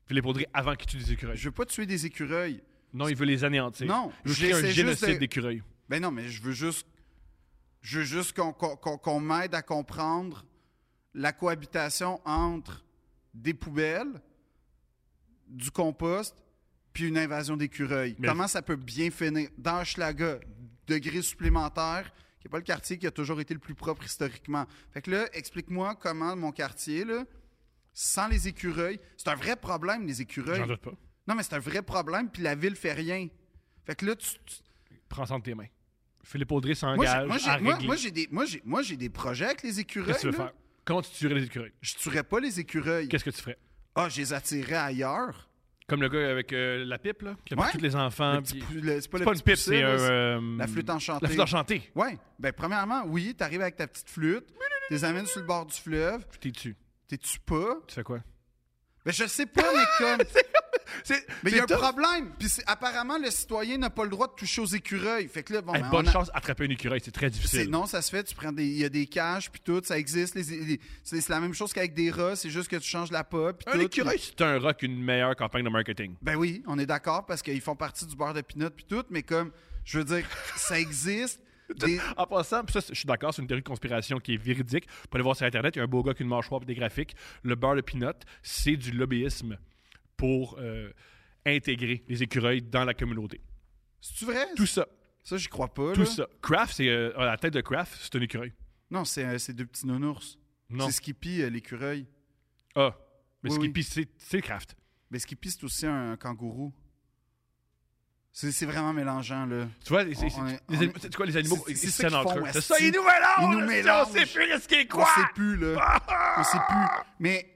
Philippe Audrey avant qu'il tue les écureuils.
Je veux pas tuer des écureuils.
Non, il veut les anéantir.
Non,
il veut
j'essaie
créer un
juste
génocide
de-
d'écureuils.
Ben non, mais je veux juste. Je veux juste qu'on qu'on- qu'on- qu'on m'aide à comprendre la cohabitation entre des poubelles, du compost, puis une invasion d'écureuils.
Mais-
Comment ça peut bien finir? Dans Hochelaga, degré supplémentaire, qui n'est pas le quartier qui a toujours été le plus propre historiquement. Fait que là, explique-moi comment mon quartier, là, sans les écureuils, c'est un vrai problème, les écureuils.
J'en doute pas.
Non, mais c'est un vrai problème, puis la ville fait rien. Fait que là, tu. tu-
Prends ça entre tes mains. Philippe Audrey
Moi, j'ai-
s'engage
moi,
à
j'ai- moi-
régler.
moi, j'ai des, moi, j'ai- moi, j'ai des projets avec les écureuils.
Qu'est-ce que tu veux
là.
faire? Comment tu tuerais les écureuils?
Je tuerais pas les écureuils.
Qu'est-ce que tu ferais?
Ah, je les attirerais ailleurs.
Comme le gars avec euh, la pipe, là, qui a
Ouais.
pris tous les enfants.
Le petit
puis-
pou- le- c'est pas,
C'est
le
pas une
petit
pipe,
poucet,
c'est
là,
un,
c'est-
euh,
la flûte enchantée.
La flûte enchantée.
Ouais. Ben, premièrement, oui, t'arrives avec ta petite flûte, tu les amènes sur le bord du fleuve,
Puis t'es dessus.
t'es-tu pas?
Tu fais quoi?
Ben, je sais pas, mais comme.
C'est-
Mais il y
c'est
a un
tough.
problème. Puis c'est- apparemment, le citoyen n'a pas le droit de toucher aux écureuils. Fait que là, bon,
Hey,
ben,
bonne
on a-
chance d'attraper un écureuil, c'est très
C'est-
difficile.
Non, ça se fait. Tu prends des, il y a des cages puis tout, ça existe. les- les- c'est c'est la même chose qu'avec des rats. C'est juste que tu changes la pop. puis
Un
tout,
écureuil, c'est un rock, une meilleure campagne de marketing.
Ben oui, on est d'accord parce qu'ils font partie du beurre de pinot puis tout, mais comme je veux dire, ça existe. Des-
En passant, puis ça, c'est- je suis d'accord, c'est une théorie de conspiration qui est véridique. Vous pouvez le voir sur Internet, il y a un beau gars qui a une mâchoire et des graphiques. Le beurre de peanut, c'est du lobbyisme pour euh, intégrer les écureuils dans la communauté.
C'est-tu vrai?
Tout ça,
Ça, j'y crois pas.
tout
là.
ça. Kraft, c'est euh, la tête de Kraft, c'est un écureuil.
Non, c'est euh, c'est deux petits nounours.
Non.
C'est Skippy, euh, l'écureuil.
Ah, mais
Oui,
Skippy, c'est- c'est Kraft.
Mais Skippy, c'est aussi un kangourou. C'est c'est vraiment mélangeant, là.
Tu vois, c'est- c'est-
On est-
les
on
anim-
est-
c'est quoi les animaux
c'est- c'est
ils se
ça qu'ils
tiennent entre
font,
eux. C'est
esti.
ça, ils nous
Ils
mélangent!
nous
esti,
mélangent.
On sait plus ce qui est
On
quoi!
sait plus, là. On sait plus. Mais,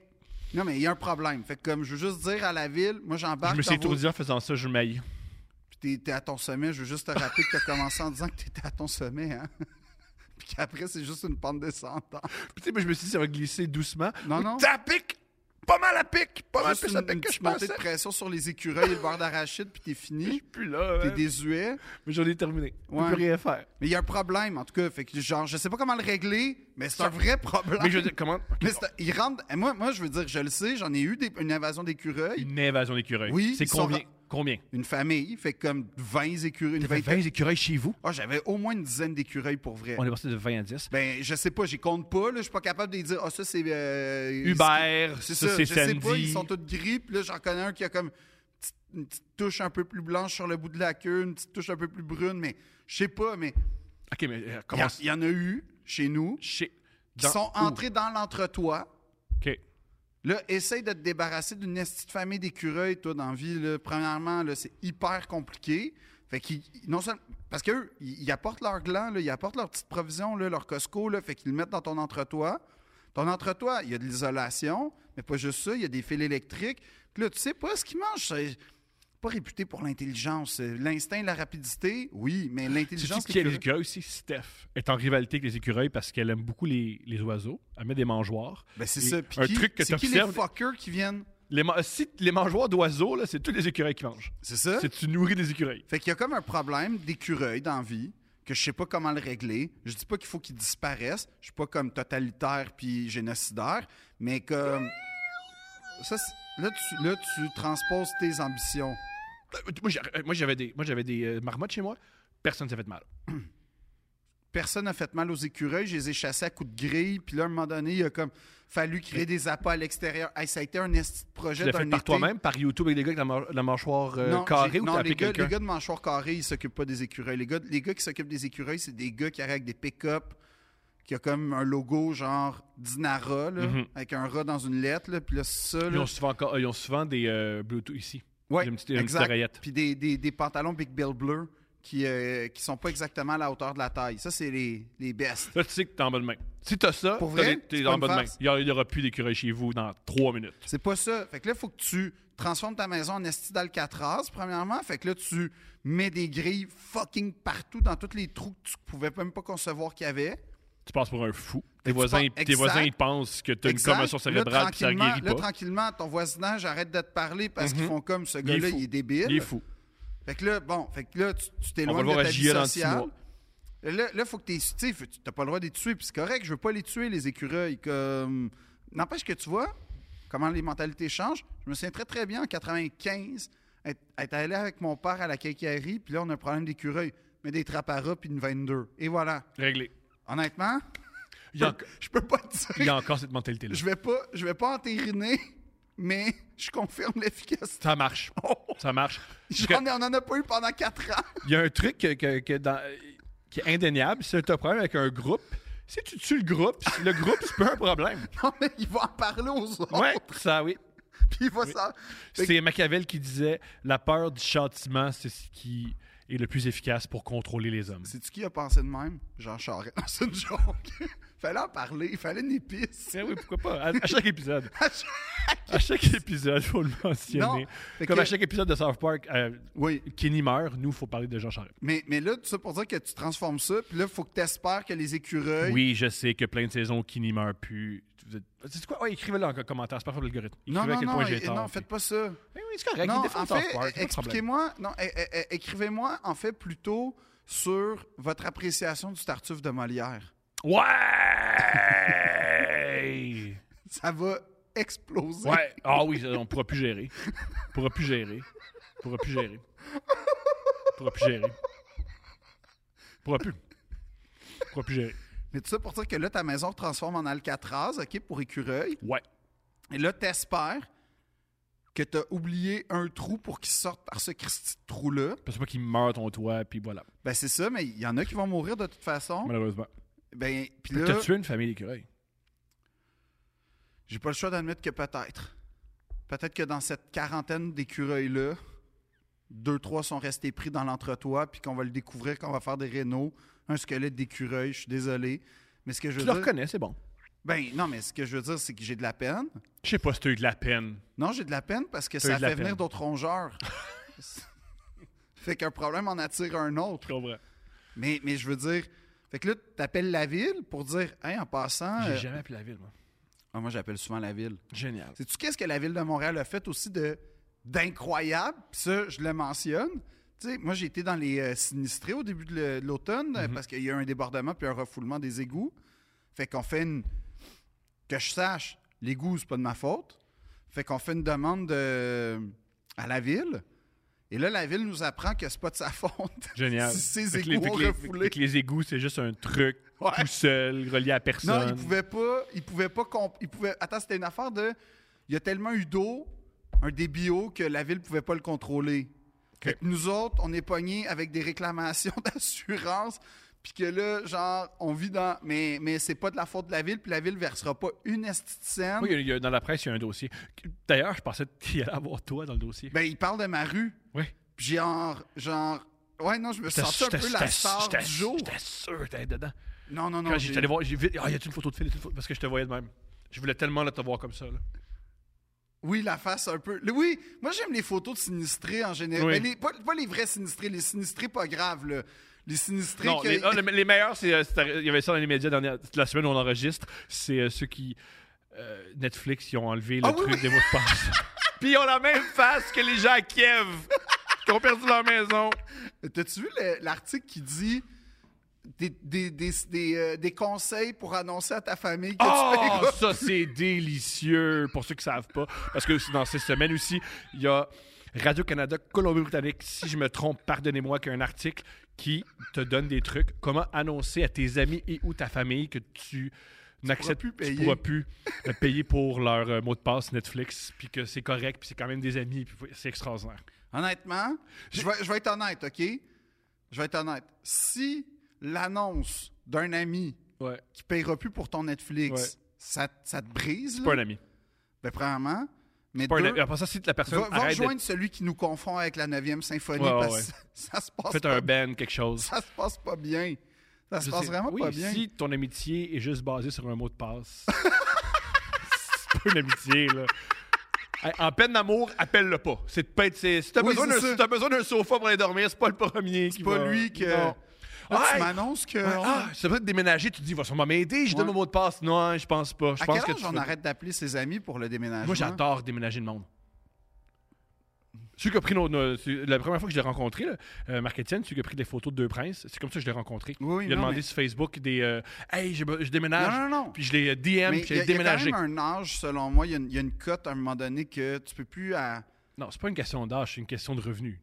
non, mais il y a un problème. Fait que comme je veux juste dire à la ville, moi, j'embarque.
Je me suis
dans vos-
étourdi en faisant ça, je maille.
Puis t'es- t'es à ton sommet. Je veux juste te rappeler que t'as commencé en disant que t'étais à ton sommet, hein. Puis qu'après, c'est juste une pente descendante.
Tu sais, mais je me suis dit, ça va glisser doucement.
Non,
Ou
non.
Ça pique! Pas mal à pique! Pas mal
Juste
plus
une,
à
une
pique que je
petite montée de
pensais.
pression sur les écureuils et le beurre d'arachide, puis t'es
Je
fini.
suis plus là.
T'es
hein.
désuet.
Mais j'en ai terminé. Je peux
Ouais.
plus rien faire.
Mais il y a un problème, en tout cas. Fait que, genre, je sais pas comment le régler, mais c'est un vrai problème.
Mais je veux dire, comment?
Mais c'est- ils rentrent. et Moi, moi, je veux dire, je le sais, j'en ai eu des- une invasion d'écureuils.
Une invasion d'écureuils.
Oui,
C'est
ils sont
combien?
ra-
Combien?
Une famille, fait comme 20 écureuils. Une
T'avais
vingtaine.
20 écureuils chez vous?
Ah, j'avais au moins une dizaine d'écureuils pour vrai.
On est passé de 20 à 10.
Ben, je sais pas, j'y compte pas. là. Je suis pas capable de dire, ah, ça, c'est. euh,
Hubert,
C'est
ça,
ça,
c'est
je sais pas, ils
Sandy.
sont tous gris. Puis là, j'en connais un qui a comme petite- une petite touche un peu plus blanche sur le bout de la queue, une petite touche un peu plus brune, mais je sais pas, mais
Ok, mais euh,
il y,
comment?
en- il y en a eu chez nous
Chez.
qui
dans-
sont
où?
entrés dans l'entretoit.
Ok.
Là, essaye de te débarrasser d'une esti de famille d'écureuils, toi, dans la vie. là. Premièrement, là, c'est hyper compliqué. Fait qu'ils, non seulement, parce qu'eux, ils, ils apportent leurs glands, là, ils apportent leurs petites provisions, là, leur Costco, là, fait qu'ils le mettent dans ton entretoit. Ton entretoit, il y a de l'isolation, mais pas juste ça, il y a des fils électriques. Puis là, tu sais pas ce qu'ils mangent. C'est pas réputé pour l'intelligence. Euh, L'instinct, la rapidité, oui, mais
Sais-tu
l'intelligence...
qui est les
l'écureuil-
écureuils aussi? Steph est en rivalité avec les écureuils parce qu'elle aime beaucoup les, les oiseaux. Elle met des mangeoires.
Ben, c'est
Et
ça. Puis
un
qui-
truc que
c'est qui les
t'observes-
fuckers qui viennent?
Les, man- si les mangeoires d'oiseaux, là, c'est tous les écureuils qui mangent.
C'est ça?
C'est tu nourris des écureuils.
Fait qu'il y a comme un problème d'écureuil dans la vie que je sais pas comment le régler. Je dis pas qu'il faut qu'il disparaisse. Je suis pas comme totalitaire puis génocidaire, mais comme ça, c'est- là tu là tu transposes tes ambitions.
Euh, Moi, j'ai- euh, moi, j'avais des, moi, j'avais des euh, marmottes chez moi. Personne ne s'est fait de mal.
Personne n'a fait mal aux écureuils, je les ai chassés à coups de grille, puis là, à un moment donné, il a comme fallu créer des appâts à l'extérieur. Hey, ça a été un esti de
Tu
projet
l'as
d'un
fait par
été.
toi-même, par YouTube, avec des gars avec la, mâ- la mâchoire euh,
non,
carrée
j'ai-
ou
non,
t'as
les,
appelé
gars, les
quelqu'un?
gars de mâchoire carrée, ils s'occupent pas des écureuils. Les gars, les gars qui s'occupent des écureuils, c'est des gars qui arrivent avec des pick-up, qui a comme un logo genre Dinara, là,
Mhm.
avec un rat dans une lettre, là, puis là, ça,
Ils
là.
ont souvent, encore- euh, ils ont souvent des euh, Bluetooth ici.
Ouais,
une petite- une petite
exact.
oreillette.
Puis des, des- des pantalons Big Bill Bleu qui, euh, qui sont pas exactement à la hauteur de la taille. Ça, c'est les, les best.
Là, tu sais que t'es en bonne main. Si t'as ça,
Pour
t'as
vrai?
des-
C'est
t'es
pas
en
une
bonne main.
farce?
Il n'y aura plus d'écureuils chez vous dans trois minutes.
C'est pas ça. Fait que là, il faut que tu transformes ta maison en esti d'Alcatraz, premièrement. Fait que là, tu mets des grilles fucking partout dans tous les trous que tu pouvais même pas concevoir qu'il y avait.
Tu passes pour un fou. Tes
tu
voisins,
pars-
tes voisins,
Exact.
ils pensent que t'as une
Exact.
commotion
Là,
cérébrale et ça
tranquillement-
guérit
Là,
pas. Mhm.
tranquillement, ton voisinage arrête de te parler parce qu'ils font comme ce
Il est
gars-là,
fou.
il est débile.
Il est fou.
Fait que là, bon, fait que là, tu tu
On va le
t'éloignes de
voir à
ta vie
JL dans six
sociale.
mois.
Là, là, faut que t'es, tu sais, faut- t'as pas le droit de les tuer, puis c'est correct, je veux pas les tuer, les écureuils, comme... N'empêche que tu vois comment les mentalités changent. Je me souviens très, très bien, en 95, être, être allé avec mon père à la quincaillerie, puis là, on a un problème d'écureuil. Mais des traparas, puis une 22. Et voilà.
Réglé.
Honnêtement,
Il y a,
je peux pas te dire...
il y a encore cette mentalité-là.
Je vais pas, je vais pas entériner, mais je confirme l'efficacité.
Ça marche. Ça marche.
J'en ai- on en a pas eu pendant quatre ans.
Il y a un truc que- que- que dans- qui est indéniable. Si tu as un problème avec un groupe, si tu tues le groupe, si le groupe, c'est pas un problème.
Non, mais il va en parler aux autres.
Ouais, ça oui.
Puis il va s'en- Fait que-
C'est Machiavel qui disait La peur du châtiment, c'est ce qui est le plus efficace pour contrôler les hommes.
Sais-tu qui a pensé de même? Jean Charest. Non, C'est une joke. fallait en parler. Il fallait une épice.
Eh oui, pourquoi pas? À, à chaque épisode.
À chaque-
À chaque épisode, il faut le mentionner.
Non, fait
Comme
que-
à chaque épisode de South Park, euh,
Oui.
Kenny meurt, nous, il faut parler de Jean Charest.
Mais, mais là, tout ça pour dire que tu transformes ça, puis là, il faut que tu espères que les écureuils.
Oui, je sais que plein de saisons, Kenny meurt plus. C'est quoi? Ouais, écrivez-le en commentaire, c'est pas pour l'algorithme.
Non,
Écrivez à
non,
quel
non,
point j'ai
eh,
tort,
non,
puis-
faites pas ça.
Eh oui, c'est correct.
Non,
il défend
en
South
fait,
Park, c'est pas de problème.
expliquez-moi, non, eh, eh, eh, écrivez-moi en fait plutôt sur votre appréciation du Tartuffe de Molière.
Ouais!
Ça va exploser.
ouais! Ah oui, ça, on pourra plus gérer. On pourra plus gérer. On pourra plus gérer. On pourra plus gérer. On pourra plus. pourrais plus gérer.
Mais tout ça pour dire que là, ta maison se transforme en Alcatraz, OK, pour écureuil.
Ouais.
Et là, t'espères que t'as oublié un trou pour qu'il sorte par ce Christi de trou-là.
Parce que pas qu'il meurt ton toit, puis voilà,
Ben, c'est ça, mais il y en a qui vont mourir de toute façon.
malheureusement.
Ben, puis
T'as
là,
tué une famille d'écureuils.
j'ai pas le choix d'admettre que peut-être. Peut-être que dans cette quarantaine d'écureuils-là, deux, trois sont restés pris dans l'entretoit, puis qu'on va le découvrir, qu'on va faire des rénaux, un squelette d'écureuil, je suis désolé. Mais ce que je
Tu
veux
le
dire.
reconnais, c'est bon.
Ben, non, mais ce que je veux dire, c'est que j'ai de la peine.
Je sais pas si t'as eu de la peine.
Non, j'ai de la peine parce que
T'as eu
ça
de la
fait venir
peine.
d'autres rongeurs. fait qu'un problème en attire un autre.
Je comprends.
Mais, mais je veux dire. Fait que là, t'appelles la ville pour dire, hey, en passant.
J'ai
euh,
jamais appelé la ville, moi.
Ah, moi, j'appelle souvent la ville.
Génial.
Sais-tu qu'est-ce que la ville de Montréal a fait aussi de d'incroyable? Puis Ça, je le mentionne. Tu sais, moi, j'ai été dans les euh, sinistrés au début de le- de l'automne
Mm-hmm.
euh, parce qu'il y a eu un débordement puis un refoulement des égouts. Fait qu'on fait une. Que je sache, l'égout, c'est pas de ma faute. Fait qu'on fait une demande de- à la ville. Et là, la ville nous apprend que c'est pas de sa faute.
Génial.
Si ces
Fait que les-
égouts
fait
ont
que les-
refoulé.
fait que les égouts, c'est juste un truc
Ouais.
tout seul, relié à personne.
Non, il pouvait pas. Il pouvait pas. comp- Il pouvait. Attends, c'était une affaire de. Il y a tellement eu d'eau, un débit haut que la ville pouvait pas le contrôler. Fait que nous autres, on est pognés avec des réclamations d'assurance, puis que là, genre, on vit dans. Mais mais c'est pas de la faute de la ville, puis la ville versera pas une estiticienne.
Oui, il y a- il y a- dans la presse, il y a un dossier. D'ailleurs, je pensais qu'il allait avoir toi dans le dossier.
Ben il parle de ma rue.
oui.
Puis j'ai genre genre. Ouais, non, je me
J'étais-
sentais un
j'étais-
peu la
j'étais-
star
j'étais-
du jour.
J'étais sûr que t'allais être dedans.
Non, non, non.
Quand j'étais
j'ai-
allé voir, j'ai vite. Ah, y a-tu une photo de Phil? Y a-tu une photo? Parce que je te voyais de même. Je voulais tellement là, te voir comme ça. là.
Oui, la face un peu. Le- Oui, moi j'aime les photos de sinistrés en général.
Oui.
Mais les- pas, pas les vrais sinistrés, les sinistrés pas graves, là. Les sinistrés
Non,
que-
les, ah, le- les meilleurs, c'est. euh, c'est arri- Il y avait ça dans les médias dernière, la semaine où on enregistre. C'est euh, ceux qui. euh, Netflix, ils ont enlevé le
Ah oui,
truc
oui.
des mots de passe. Puis ils ont la même face que les gens à Kiev qui ont perdu leur maison.
T'as-tu vu le- l'article qui dit des, des, des, des, euh, des conseils pour annoncer à ta famille que tu fais
Oh,
quoi?
ça c'est délicieux pour ceux qui savent pas. Parce que c'est dans ces semaines aussi, il y a Radio-Canada, Colombie-Britannique, si je me trompe, pardonnez-moi, qui a un article qui te donne des trucs. Comment annoncer à tes amis et ou ta famille que tu n'acceptes
plus
tu
payer.
pourras plus euh, payer pour leur euh, mot de passe Netflix, puis que c'est correct, puis c'est quand même des amis, puis c'est extraordinaire.
Honnêtement, je vais, je vais être honnête, OK? Je vais être honnête. Si l'annonce d'un ami
Ouais.
qui payera plus pour ton Netflix,
Ouais.
ça, ça te brise,
Pas
là,
un ami.
ben, premièrement, mais
Pas un
deux,
ami. Après ça, si la personne
Va, va
arrête
rejoindre celui qui nous confond avec la 9e symphonie
Ouais, ouais,
parce
ouais.
que ça, ça se passe
de... Faites
pas,
un ban, quelque chose.
ça se passe pas bien. Ça se
Je
passe
sais-
vraiment
oui,
pas bien.
Si ton amitié est juste basée sur un mot de passe, c'est pas une amitié, là. Hey, En peine d'amour, appelle-le pas. C'est de pas être- c'est- Si t'as
Oui,
besoin
c'est
d'un-
ça.
si t'as besoin d'un sofa pour aller dormir, c'est pas le premier qui
C'est pas
va-
lui que
Non.
Là, tu
Hey!
m'annonces que
Ouais,
on-
Ah, c'est vrai de déménager, tu te dis, il va sûrement m'aider, je
Ouais.
donne mon mot de passe. Non, je pense pas. Je
à
pense
quel
que
âge
tu
on
fais-
arrête d'appeler ses amis pour le déménagement
Moi, j'adore déménager le monde. Celui qui a pris nos- nos- celui- la première fois que je l'ai rencontré, là, euh, Marc-Étienne, celui qui a pris des photos de Deux Princes, c'est comme ça que je l'ai rencontré.
Oui, oui,
il a
non,
demandé
mais-
sur Facebook des euh, Hey, je, je
Non
déménage.
non non.
Puis je l'ai euh, DM,
Mais
puis
il y,
j'ai
a- il y a quand
déménagé.
même un âge selon moi, il y a une, il y a une cote à un moment donné que tu peux plus à
Non, c'est pas une question d'âge, c'est une question de revenus.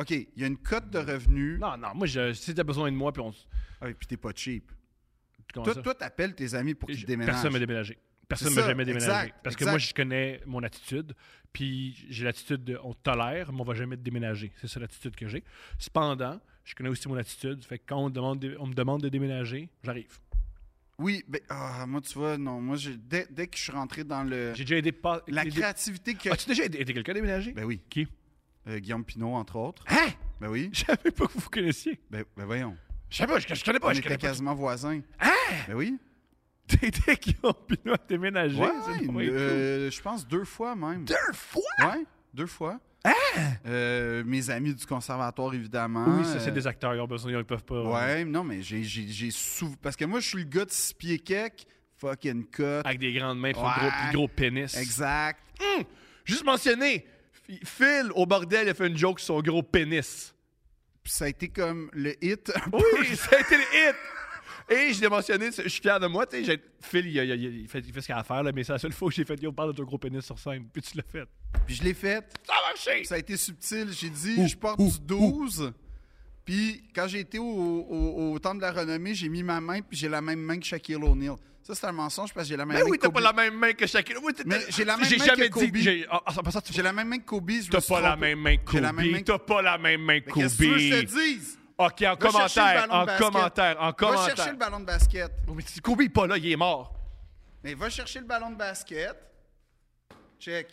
OK, il y a une cote de revenus
Non, non, moi, je, si t'as besoin de moi, puis on. s-
Ah, et puis t'es pas cheap.
Comment
Toi
ça?
toi t'appelles tes amis pour
Je-
qu'ils déménagent.
Personne m'a déménagé. Personne
C'est
m'a
ça,
jamais déménagé.
exact,
parce que
exact.
moi, je connais mon attitude, puis j'ai l'attitude de on te tolère, mais on va jamais te déménager. C'est ça l'attitude que j'ai. Cependant, je connais aussi mon attitude. Fait que quand on, demande de- on me demande de déménager, j'arrive.
Oui, ben ah, moi tu vois non, moi j'ai- dès, dès que je suis rentré dans le
J'ai Ah, déjà aidé. Pas,
la
aidé-
créativité que
As-tu déjà aidé, aidé quelqu'un à déménager?
Ben oui,
Qui?
Euh, Guillaume Pinot entre autres.
Hein?
Ben oui.
Je savais pas que vous vous connaissiez.
Ben, ben voyons.
Je savais pas, je, je connais pas.
on
je
était
connais pas.
quasiment voisins.
Hein?
Ben oui.
T'as aidé Guillaume Pinot à déménager?
Ouais,
C'est
une-
pas cool.
euh, je pense deux fois même.
Deux fois?
Ouais, deux fois. Euh, mes amis du conservatoire, évidemment.
Oui, ça, c'est
Euh,
des acteurs, ils ont besoin, ils peuvent pas. euh,
Ouais, non, mais j'ai, j'ai, j'ai sou- Parce que moi, je suis le gars de six pieds cake, fucking cut.
Avec des grandes mains, puis
Ouais.
un gros, puis gros pénis.
Exact.
Hum! Juste mentionner, F- Phil, au bordel, il a fait une joke sur son gros pénis.
Puis ça a été comme le hit. un peu.
Oui, ça a été le hit! Et je l'ai mentionné, je suis fier de moi, tu sais, j'ai- Phil, il, a- il a- il fait, il fait ce qu'il a à faire, là, mais c'est la seule fois que j'ai fait, yo, parle de ton gros pénis sur scène, puis tu l'as fait.
Puis je l'ai fait.
Ça a marché!
Ça a été subtil. J'ai dit, je porte du 12. Puis quand j'ai été au, au- au Temple de la Renommée, j'ai mis ma main, puis j'ai la même main que Shaquille O'Neal. Ça, c'est un mensonge parce que j'ai la même
Mais
main
Ben oui,
que
t'as
Kobe.
pas la même main que Shaquille. Oui, t'as-
Mais j'ai la même
J'ai
main
jamais
que
dit.
Kobe.
j'ai- ah, ah, ça passe, ça, tu-
J'ai la même main que Kobe. je me
T'as
suis
pas la
trompé.
même main que
J'ai la même main
Kobe.
que-
T'as pas la même main que
Qu'est-ce que tu veux que je te
Kobe. Ah,
dise?
Ok, en
Va chercher le
commentaire,
ballon de
en
basket.
commentaire, en
Va chercher
commentaire.
le ballon de basket.
Oh, Mais si Kobe est pas là, il est mort.
Mais va chercher le ballon de basket. Check.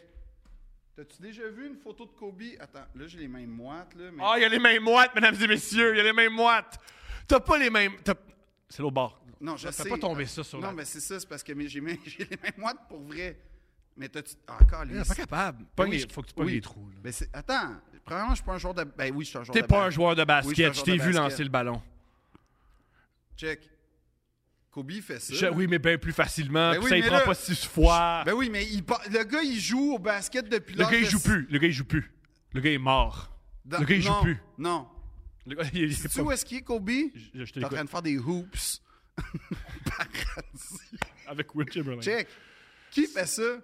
T'as-tu déjà vu une photo de Kobe? Attends, là, j'ai les mains moites, là. Mais...
Ah, il y a les mêmes moites, mesdames et messieurs, il y a les mêmes moites. T'as pas les mêmes. t'as- C'est l'autre bord.
non, je
ça
sais.
fait pas tomber ça sur
Non,
la-
mais c'est ça, c'est parce que mes- j'ai mes- j'ai les mains moites pour vrai. Mais t'as-tu. Ah, encore, les.
Pas capable.
Oui, je-
Faut que tu pognes
oui.
les trous. là.
Mais c'est- Attends, premièrement, je suis pas un joueur de. Ben oui, je suis un joueur
T'es
de
pas
balle.
un joueur de
Oui, je suis un
basket. Je
joueur
t'ai
de
vu
basket.
lancer le ballon.
Check. Kobe fait ça.
Je-
là.
oui, mais bien plus facilement.
Ben
puis
oui,
ça, il
mais
prend
là-
pas six fois.
Ben oui, mais il pa- le gars, il joue au basket depuis
le
l'âge
gars, il
de-
joue plus. Le gars, il joue plus. Le gars est mort.
Dans-
Le gars, il joue
non,
plus.
Non.
Le gars, il il-
Tu sais où est-ce qu'il est, Kobe?
Je- je te
T'es en train
l'écoute.
de faire des hoops.
Avec Will Chamberlain.
Check. Qui fait ça?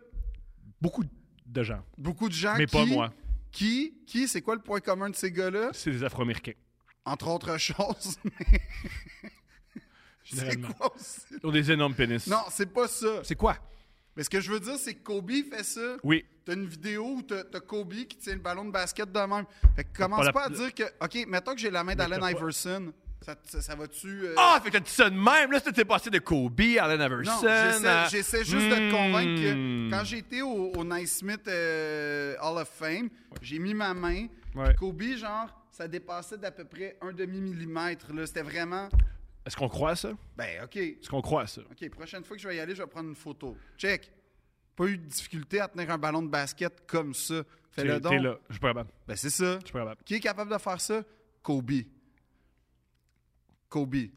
Beaucoup de gens.
Beaucoup de gens
Mais
qui...
pas moi.
Qui? Qui? C'est quoi le point commun de ces gars-là?
C'est des Afro-Américains.
Entre autres choses. mais c'est
Généralement.
quoi aussi?
Ils ont des énormes pénis.
Non, c'est pas ça.
C'est quoi?
Mais ce que je veux dire, c'est que Kobe fait ça.
Oui.
T'as une vidéo où t'as t'as Kobe qui tient le ballon de basket de même. Fait que
pas
commence
la-
pas à dire que... OK, mettons que j'ai la main d'Allen
t'as pas-
Iverson. Ça, ça, ça va-tu... euh,
Ah, fait que t'as dit ça de même. Là, c'était passé de Kobe, Allen Iverson.
Non, j'essaie-
à-
j'essaie juste de te convaincre que
Hmm.
quand j'étais au, au Naismith euh, Hall of Fame, j'ai mis ma main.
Ouais.
puis Kobe, genre, ça dépassait d'à peu près un demi-millimètre. là. C'était vraiment.
Est-ce qu'on croit à ça?
Ben, OK.
Est-ce qu'on croit à ça?
OK, prochaine fois que je vais y aller, je vais prendre une photo. Check. Pas eu de difficulté à tenir un ballon de basket comme ça. Fais-le
T'es
donc.
t'es là. Je suis pas capable.
Ben, c'est ça.
Je suis pas capable.
Qui est capable de faire ça? Kobe. Kobe.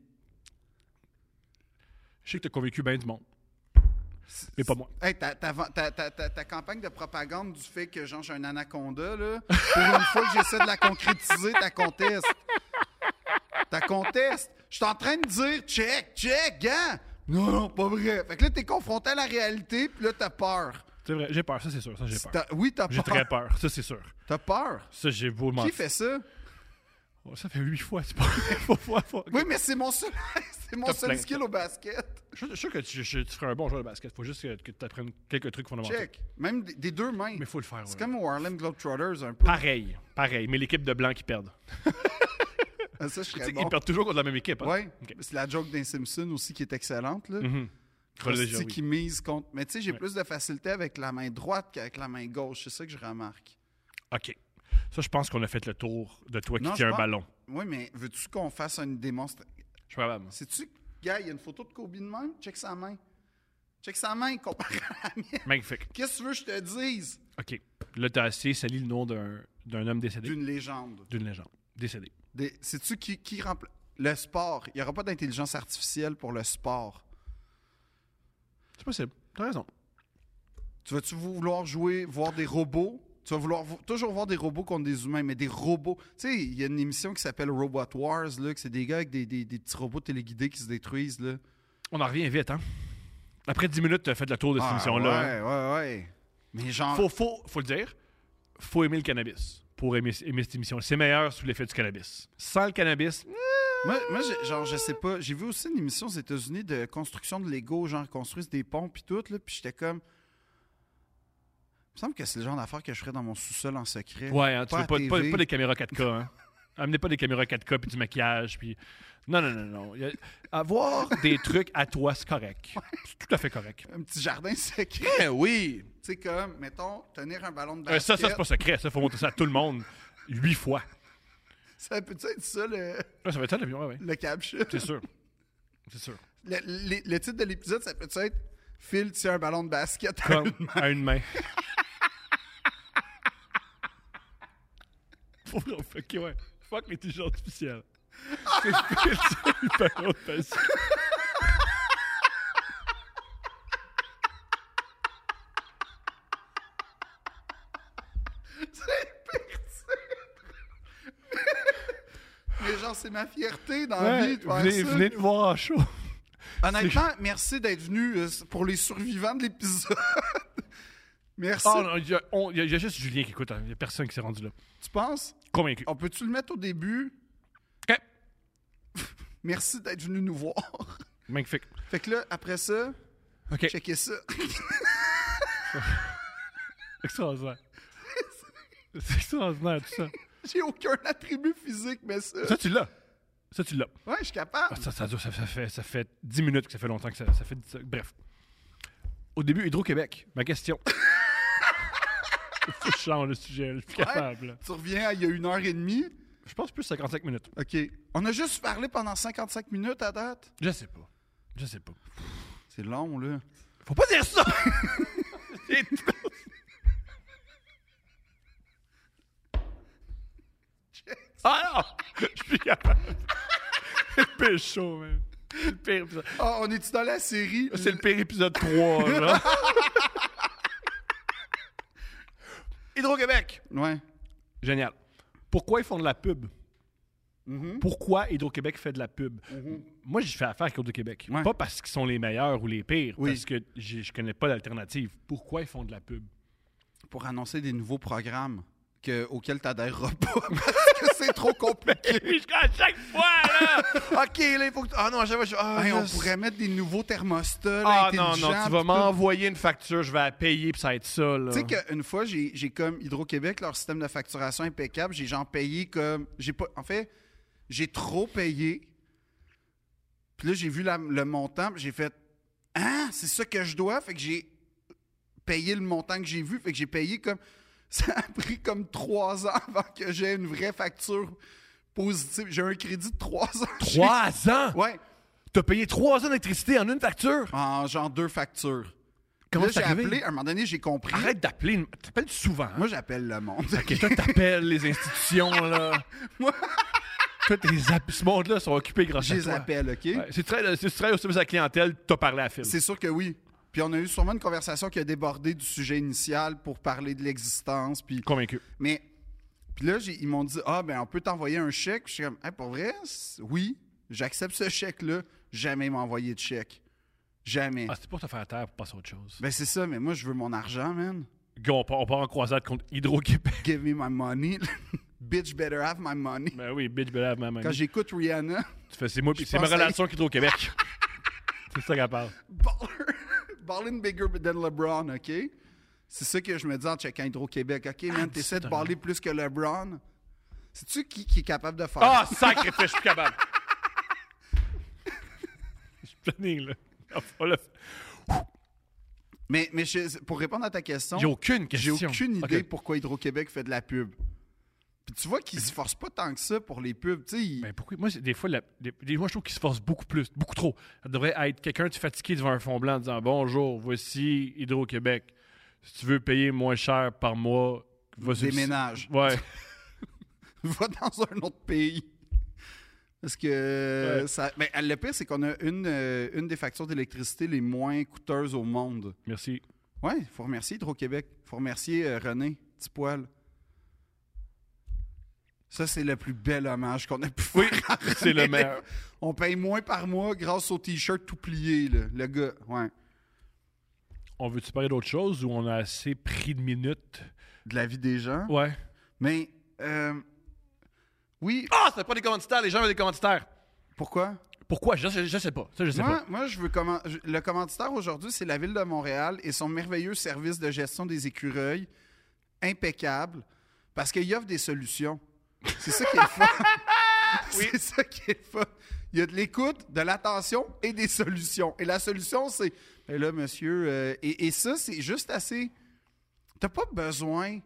Je sais que t'as convaincu bien du monde. Mais pas moi.
Hey, ta, ta- ta- ta- ta- ta campagne de propagande du fait que genre j'ai un anaconda, là, pour une fois que j'essaie de la concrétiser, ta conteste. Ta conteste. Je suis en train de dire check, check, gars. Non, non, pas vrai. Fait que là, t'es confronté à la réalité, puis là, t'as peur.
C'est vrai, j'ai peur, ça c'est sûr. Ça, j'ai peur.
T'as- oui, t'as
J'ai
peur.
très peur, ça c'est sûr.
T'as peur.
Ça, j'ai beau
Qui
mentir.
fait ça?
Oh, ça fait huit fois, c'est pas. Faut- faut- faut-
Oui, mais c'est mon seul, c'est mon
T'as
seul
plein.
skill au basket.
Je suis sûr que tu, je- tu ferais un bon joueur de basket. Faut juste que, tu apprennes quelques trucs fondamentaux.
Check. Même des, des deux mains.
Mais faut le faire.
C'est
ouais.
comme au Harlem Globetrotters, un peu.
Pareil, pareil. Mais l'équipe de blancs qui perdent.
Ah, ça, je
Tu
serais
sais,
bon.
Ils perdent toujours contre la même équipe. hein?
Ouais.
Ok.
C'est la joke d'un Simpson aussi qui est excellente. Là.
Mhm.
Hostie
Déjà, oui.
qui mise contre. Mais tu sais, j'ai
Ouais.
plus de facilité avec la main droite qu'avec la main gauche. C'est ça que je remarque.
OK. Ça, je pense qu'on a fait le tour de toi qui
Non,
tiens
je
un
pense-
ballon.
Oui, mais veux-tu qu'on fasse une démonstration?
Je suis pas capable.
Sais-tu, gars, il y a une photo de Kobe de même? Check sa main. Check sa main comparée à la mienne.
Magnifique.
Qu'est-ce que tu veux que je te dise?
OK. Là, t'as assez sali le nom d'un d'un homme décédé.
D'une légende.
D'une légende. Décédé.
Des- Sais-tu qui, qui remplace. Le sport. Il n'y aura pas d'intelligence artificielle pour le sport.
C'est possible. T'as raison.
Tu vas-tu vouloir jouer, voir des robots? Tu vas vouloir vo- toujours voir des robots contre des humains, mais des robots. Tu sais, il y a une émission qui s'appelle Robot Wars, là, que c'est des gars avec des, des- des petits robots téléguidés qui se détruisent. Là.
On en revient vite, hein? Après 10 minutes, t'as fait le tour de cette émission-là. hein?
Ah, ouais, ouais, ouais. Mais genre.
Faut, faut, faut le dire, faut aimer le cannabis pour aimer, aimer cette émission. C'est meilleur sous l'effet du cannabis. Sans le cannabis,
Moi, moi, j'ai- genre, je sais pas. J'ai vu aussi une émission aux États-Unis de construction de Lego, genre, ils construisent des ponts puis tout, là, puis j'étais comme. Il me semble que c'est le genre d'affaire que je ferais dans mon sous-sol en secret.
ouais, hein, tu
Pas
veux pas,
à
pas-
TV.
pas des caméras 4K. Hein. Amenez pas des caméras 4K puis du maquillage. Puis... Non, non, non, non. Il y a- Avoir des trucs à toi, c'est correct. C'est tout à fait correct.
Un petit jardin secret.
Eh oui!
tu sais, comme, mettons, tenir un ballon de
Euh,
basket.
ça, ça c'est pas secret. Ça, faut montrer ça à tout le monde huit fois.
Ça peut-tu être ça, le,
Ouais, ça va être ça, l'avion, ouais, ouais.
le caption?
C'est sûr. C'est sûr.
Le, le- le titre de l'épisode, ça peut être Phil tient un ballon de basket.
Comme à une main. Pauvre, fuck, ouais. Fuck l'intelligence artificielle. C'est le style du ballon de basket.
Mais genre, c'est ma fierté dans la
Ouais,
vie de faire
venez,
ça.
venez nous voir en show.
Honnêtement, merci d'être venu euh, pour les survivants de l'épisode. merci.
Oh non, il y, a- on- il y a- il y a juste Julien qui écoute. hein. Il n'y a personne qui s'est rendu là.
Tu penses?
Convaincu.
On peut-tu le mettre au début?
Eh
Merci d'être venu nous voir.
Magnifique.
Fait que là, après ça,
OK.
checkez ça.
Extraordinaire. C'est extraordinaire, tout ça.
J'ai aucun attribut physique, mais ça.
Ça, tu l'as. Ça, tu l'as.
Ouais, je suis capable.
Ah, Ça, ça, dure- ça- ça fait, ça fait 10 minutes que ça fait longtemps que ça, ça fait. ça- bref. Au début, Hydro-Québec, ma question. Faut que je change le sujet, je suis
Ouais.
capable. là.
Tu reviens à il y a une heure et demie.
Je pense plus 55 minutes.
OK. On a juste parlé pendant 55 minutes à date.
Je sais pas. Je sais pas.
C'est long, là.
Faut pas dire ça! C'est trop- ah non! Je suis capable. C'est le pire show, man. C'est le pire épisode.
Ah, on est-tu dans la série?
C'est le pire épisode 3, là. Hydro-Québec.
Ouais.
Génial. Pourquoi ils font de la pub? Mm-hmm. Pourquoi Hydro-Québec fait de la pub? Moi, j'ai fait affaire avec Hydro-Québec.
Ouais.
Pas parce qu'ils sont les meilleurs ou les pires,
Oui.
parce que j'ai- je connais pas d'alternative. Pourquoi ils font de la pub?
Pour annoncer des nouveaux programmes que, auxquels t'adhéreras pas parce que c'est trop compliqué.
Puis je- à chaque fois, là! OK, là, il faut que... tu- Ah non, à chaque fois, je... ah,
Hey, on
je-
pourrait mettre des nouveaux thermostats là,
Ah non, non,
intelligents,
tu vas
pis tout.
m'envoyer une facture, je vais la payer, puis ça va être ça, là.
Tu sais qu'une fois, j'ai j'ai comme Hydro-Québec, leur système de facturation impeccable, j'ai genre payé comme. j'ai pas En fait, j'ai trop payé. Puis là, j'ai vu la- le montant, puis j'ai fait Ah, c'est ça que je dois. Fait que j'ai payé le montant que j'ai vu. Fait que j'ai payé comme. Ça a pris comme trois ans avant que j'ai une vraie facture positive. J'ai un crédit de trois ans.
Trois ans?
J'ai- Ouais,
T'as payé trois ans d'électricité en une facture?
en genre deux factures.
Comment
là,
c'est
j'ai
arrivé?
appelé, à un moment donné, j'ai compris.
Arrête d'appeler. une- T'appelles souvent. hein?
Moi, j'appelle le monde.
Ok, toi, t'appelles les institutions, là.
Moi-
Toi, tes app- ce monde-là sont occupés grâce
Je
à
les
toi.
appelle, OK?
Ouais, si tu travailles si tu travailles au service à la clientèle, t'as parlé à Phil.
C'est sûr que oui. Puis on a eu sûrement une conversation qui a débordé du sujet initial pour parler de l'existence. Puis...
Convaincu.
Mais puis là, j'ai- ils m'ont dit Ah, ben on peut t'envoyer un chèque. Puis je suis comme Hey, Pour vrai, c- oui, j'accepte ce chèque-là. Jamais m'envoyer de chèque. Jamais.
Ah, c'est pour te faire taire pour passer à autre chose.
Ben c'est ça, mais moi, je veux mon argent, man.
Gars, on part, on part en croisade contre Hydro-Québec.
Give me my money. Bitch better have my money.
Ben oui, bitch, belave, maman.
Quand j'écoute Rihanna,
Tu fais, c'est moi, puis
Je
c'est ma
pense à-
relation avec Hydro-Québec. c'est ça qu'elle parle.
baller, ballin' bigger than LeBron, OK? C'est ça que je me dis en checkant Hydro-Québec. OK, man, t'essaies de baller plus que LeBron. C'est-tu qui, qui est capable de faire
Ah, sacré fait, je suis plus capable. je suis planning, là. Ah, voilà.
Mais, mais je- pour répondre à ta question,
J'ai aucune
j'ai
question.
aucune
Ok.
idée pourquoi Hydro-Québec fait de la pub. Puis tu vois qu'ils se forcent pas tant que ça pour les pubs. Tu sais, ils-
Ben pourquoi? Moi, c'est- des fois, la- des, des- moi, je trouve qu'ils se forcent beaucoup plus, beaucoup trop. Ça devrait être quelqu'un de fatigué devant un fond blanc en disant Bonjour, voici Hydro-Québec. Si tu veux payer moins cher par mois, va sur le-
Déménage.
Ouais.
va dans un autre pays. Parce que
Ouais.
ça. Mais le pire, c'est qu'on a une, euh, une des factures d'électricité les moins coûteuses au monde.
Merci.
Ouais, faut remercier Hydro-Québec. faut remercier euh, René Tipoil. Ça, c'est le plus bel hommage qu'on a pu faire. à
C'est le
René.
meilleur.
On paye moins par mois grâce au t-shirt tout plié, là, le gars. Ouais.
On veut-tu parler d'autre chose ou on a assez pris de minutes?
De la vie des gens.
Ouais.
Mais, euh, oui,
Ah, c'est pas des commanditaires, les gens veulent des commanditaires.
pourquoi?
Pourquoi? Je, je- je sais pas. Ça, je sais
Moi,
pas.
moi, je veux comment. je- Le commanditaire aujourd'hui, c'est la ville de Montréal et son merveilleux service de gestion des écureuils, impeccable, parce qu'il offre des solutions. C'est ça qui est le fun. C'est ça qui est le fun. Il y a de l'écoute, de l'attention et des solutions. Et la solution, c'est. Et là, monsieur. euh, et, et ça, c'est juste assez. T'as pas besoin.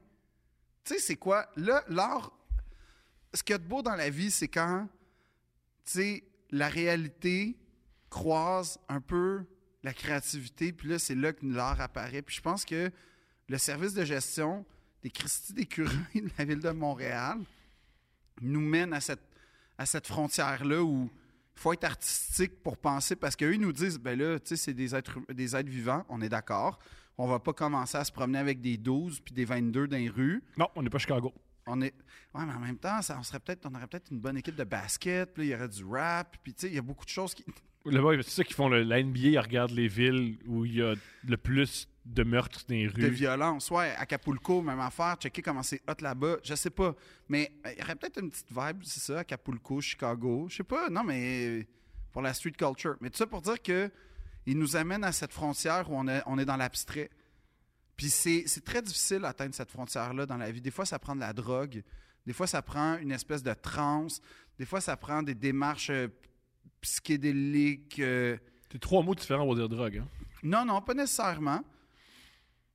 Tu sais, c'est quoi? Là, l'art. Ce qu'il y a de beau dans la vie, c'est quand tu sais, la réalité croise un peu la créativité, puis là, c'est là que l'art apparaît. Puis je pense que le service de gestion des Christie d'écureuils de la ville de Montréal nous mène à cette, à cette frontière-là où il faut être artistique pour penser, parce qu'eux, ils nous disent, ben là, tu sais, c'est des êtres, hum- des êtres vivants, on est d'accord. On va pas commencer à se promener avec des 12 puis des 22 dans les rues.
Non, on n'est pas Chicago.
On est. Ouais, mais en même temps, ça, on serait peut-être, on aurait peut-être une bonne équipe de basket, puis là, il y aurait du rap, puis tu sais, il y a beaucoup de choses qui.
Là-bas, c'est ça qu'ils font. Le, la NBA, ils regardent les villes où il y a le plus de meurtres dans les
de
rues.
violence. Ouais, Acapulco, même affaire. Checker comment c'est hot là-bas. Je sais pas. Mais euh, il y aurait peut-être une petite vibe, c'est ça, Acapulco, Chicago. Je sais pas. Non, mais pour la street culture. Mais tout ça pour dire que il nous amène à cette frontière où on est, on est dans l'abstrait. Puis c'est c'est très difficile d'atteindre cette frontière-là dans la vie. Des fois, ça prend de la drogue. Des fois, ça prend une espèce de transe. Des fois, ça prend des démarches euh, psychédéliques. euh,
C'est trois mots différents pour dire drogue. hein.
non, non, pas nécessairement.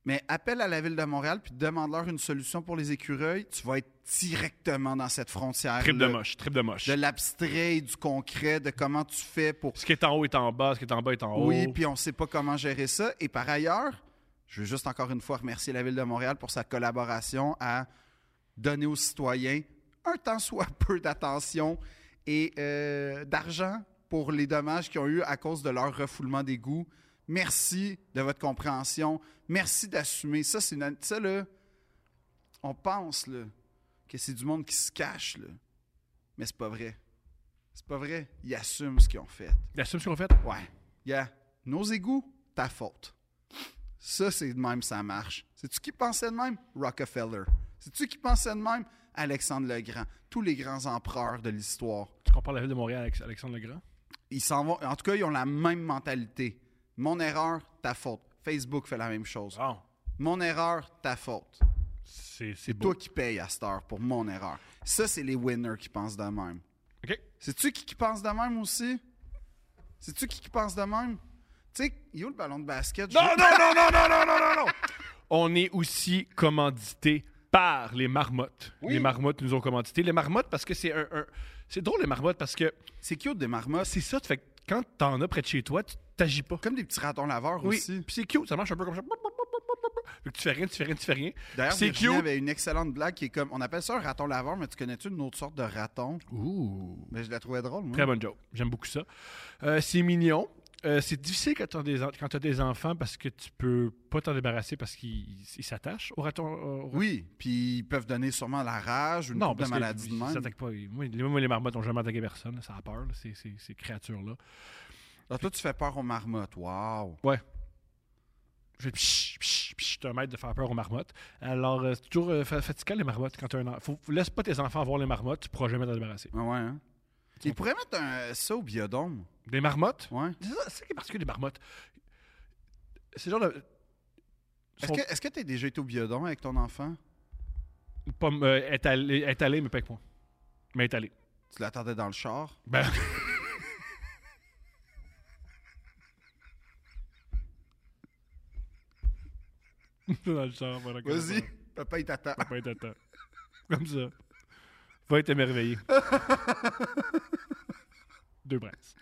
Mais appelle à la ville de Montréal puis demande-leur une solution pour les écureuils. Tu vas être directement dans cette frontière
Trip de moche, trip de moche.
de l'abstrait et du concret, de comment tu fais pour.
Ce qui est en haut est en bas, ce qui est en bas est en haut.
Oui, puis on sait pas comment gérer ça. Et par ailleurs, je veux juste encore une fois remercier la ville de Montréal pour sa collaboration à donner aux citoyens un tant soit peu d'attention et euh, d'argent pour les dommages qu'ils ont eu à cause de leur refoulement des goûts. Merci de votre compréhension. Merci d'assumer. Ça, c'est une... ça, là, on pense là, que c'est du monde qui se cache, là. mais c'est pas vrai. C'est pas vrai. Ils assument ce qu'ils ont fait.
La somme qu'on fait,
Ouais. Yeah. Nos égouts, ta faute. Ça, c'est de même, ça marche. C'est-tu qui pensait de même? Rockefeller. C'est-tu qui pensait de même? Alexandre le Grand. Tous les grands empereurs de l'histoire.
tu compares la ville de Montréal avec Alexandre le Grand.
Ils s'en vont. En tout cas, ils ont la même mentalité. Mon erreur, ta faute. Facebook fait la même chose.
Wow.
Mon erreur, ta faute.
Ah, C'est c'est
C'est
beau.
toi qui payes à cette heure pour mon erreur. Ça, c'est les winners qui pensent de même.
OK.
C'est-tu qui, qui pense de même aussi? C'est-tu qui, qui pense de même? Tu sais, il y a où le ballon de basket? Je
Non,
veux-
Oh, non, non, non, non, non, non, non, non. On est aussi commandité par les marmottes. Les marmottes nous ont commandité. Les marmottes, parce que c'est un. un- C'est drôle, les marmottes, parce que
C'est cute des marmottes.
c'est ça, fait que quand t'en as près de chez toi, tu t'agis pas.
Comme des petits ratons laveurs
Oui.
aussi.
Puis c'est cute, ça marche un peu comme ça. Fait que tu fais rien, tu fais rien, tu fais rien.
D'ailleurs,
c'est
Virginie
cute.
avait une excellente blague qui est comme. On appelle ça un raton laveur, mais tu connais-tu une autre sorte de raton?
Ouh.
Mais je la trouvais drôle, moi.
Très bonne joke. J'aime beaucoup ça. Euh, c'est mignon. Euh, c'est difficile quand tu as, des enfants parce que tu peux pas t'en débarrasser parce qu'ils ils s'attachent au raton. au- au-
Oui, puis ils peuvent donner sûrement la rage ou une
Non,
coupe de
parce que
maladie de
ils
même.
s'attaquent pas. Ils- Moi, les, moi, les marmottes n'ont jamais attaqué personne. là. Ça a peur, là, ces, ces- ces créatures-là.
Alors, toi, tu fais peur aux marmottes. Waouh!
Je fais psh, psh, psh, t'es un maître de faire peur aux marmottes. Alors, euh, c'est toujours euh, fa- fatigant, les marmottes, quand tu un en- Faut, faut- laisse pas tes enfants voir les marmottes, tu pourras jamais t'en débarrasser.
Ah ouais, hein? Ils pourraient mettre un, ça au biodôme.
Des marmottes?
Ouais.
C'est ça, c'est ça qui est particulier des marmottes. C'est genre de.
Est-ce
sont
que est-ce que t'as déjà été au biodôme avec ton enfant?
pas, euh, étalées- étalées, mais pas avec moi. Mais étalées.
Tu l'attendais dans le char?
Ben. Dans le char, voilà. comme ça.
Vas-y, papa, il t'attend.
Va être atteint. Comme ça. Va être émerveillé. Deux brasses.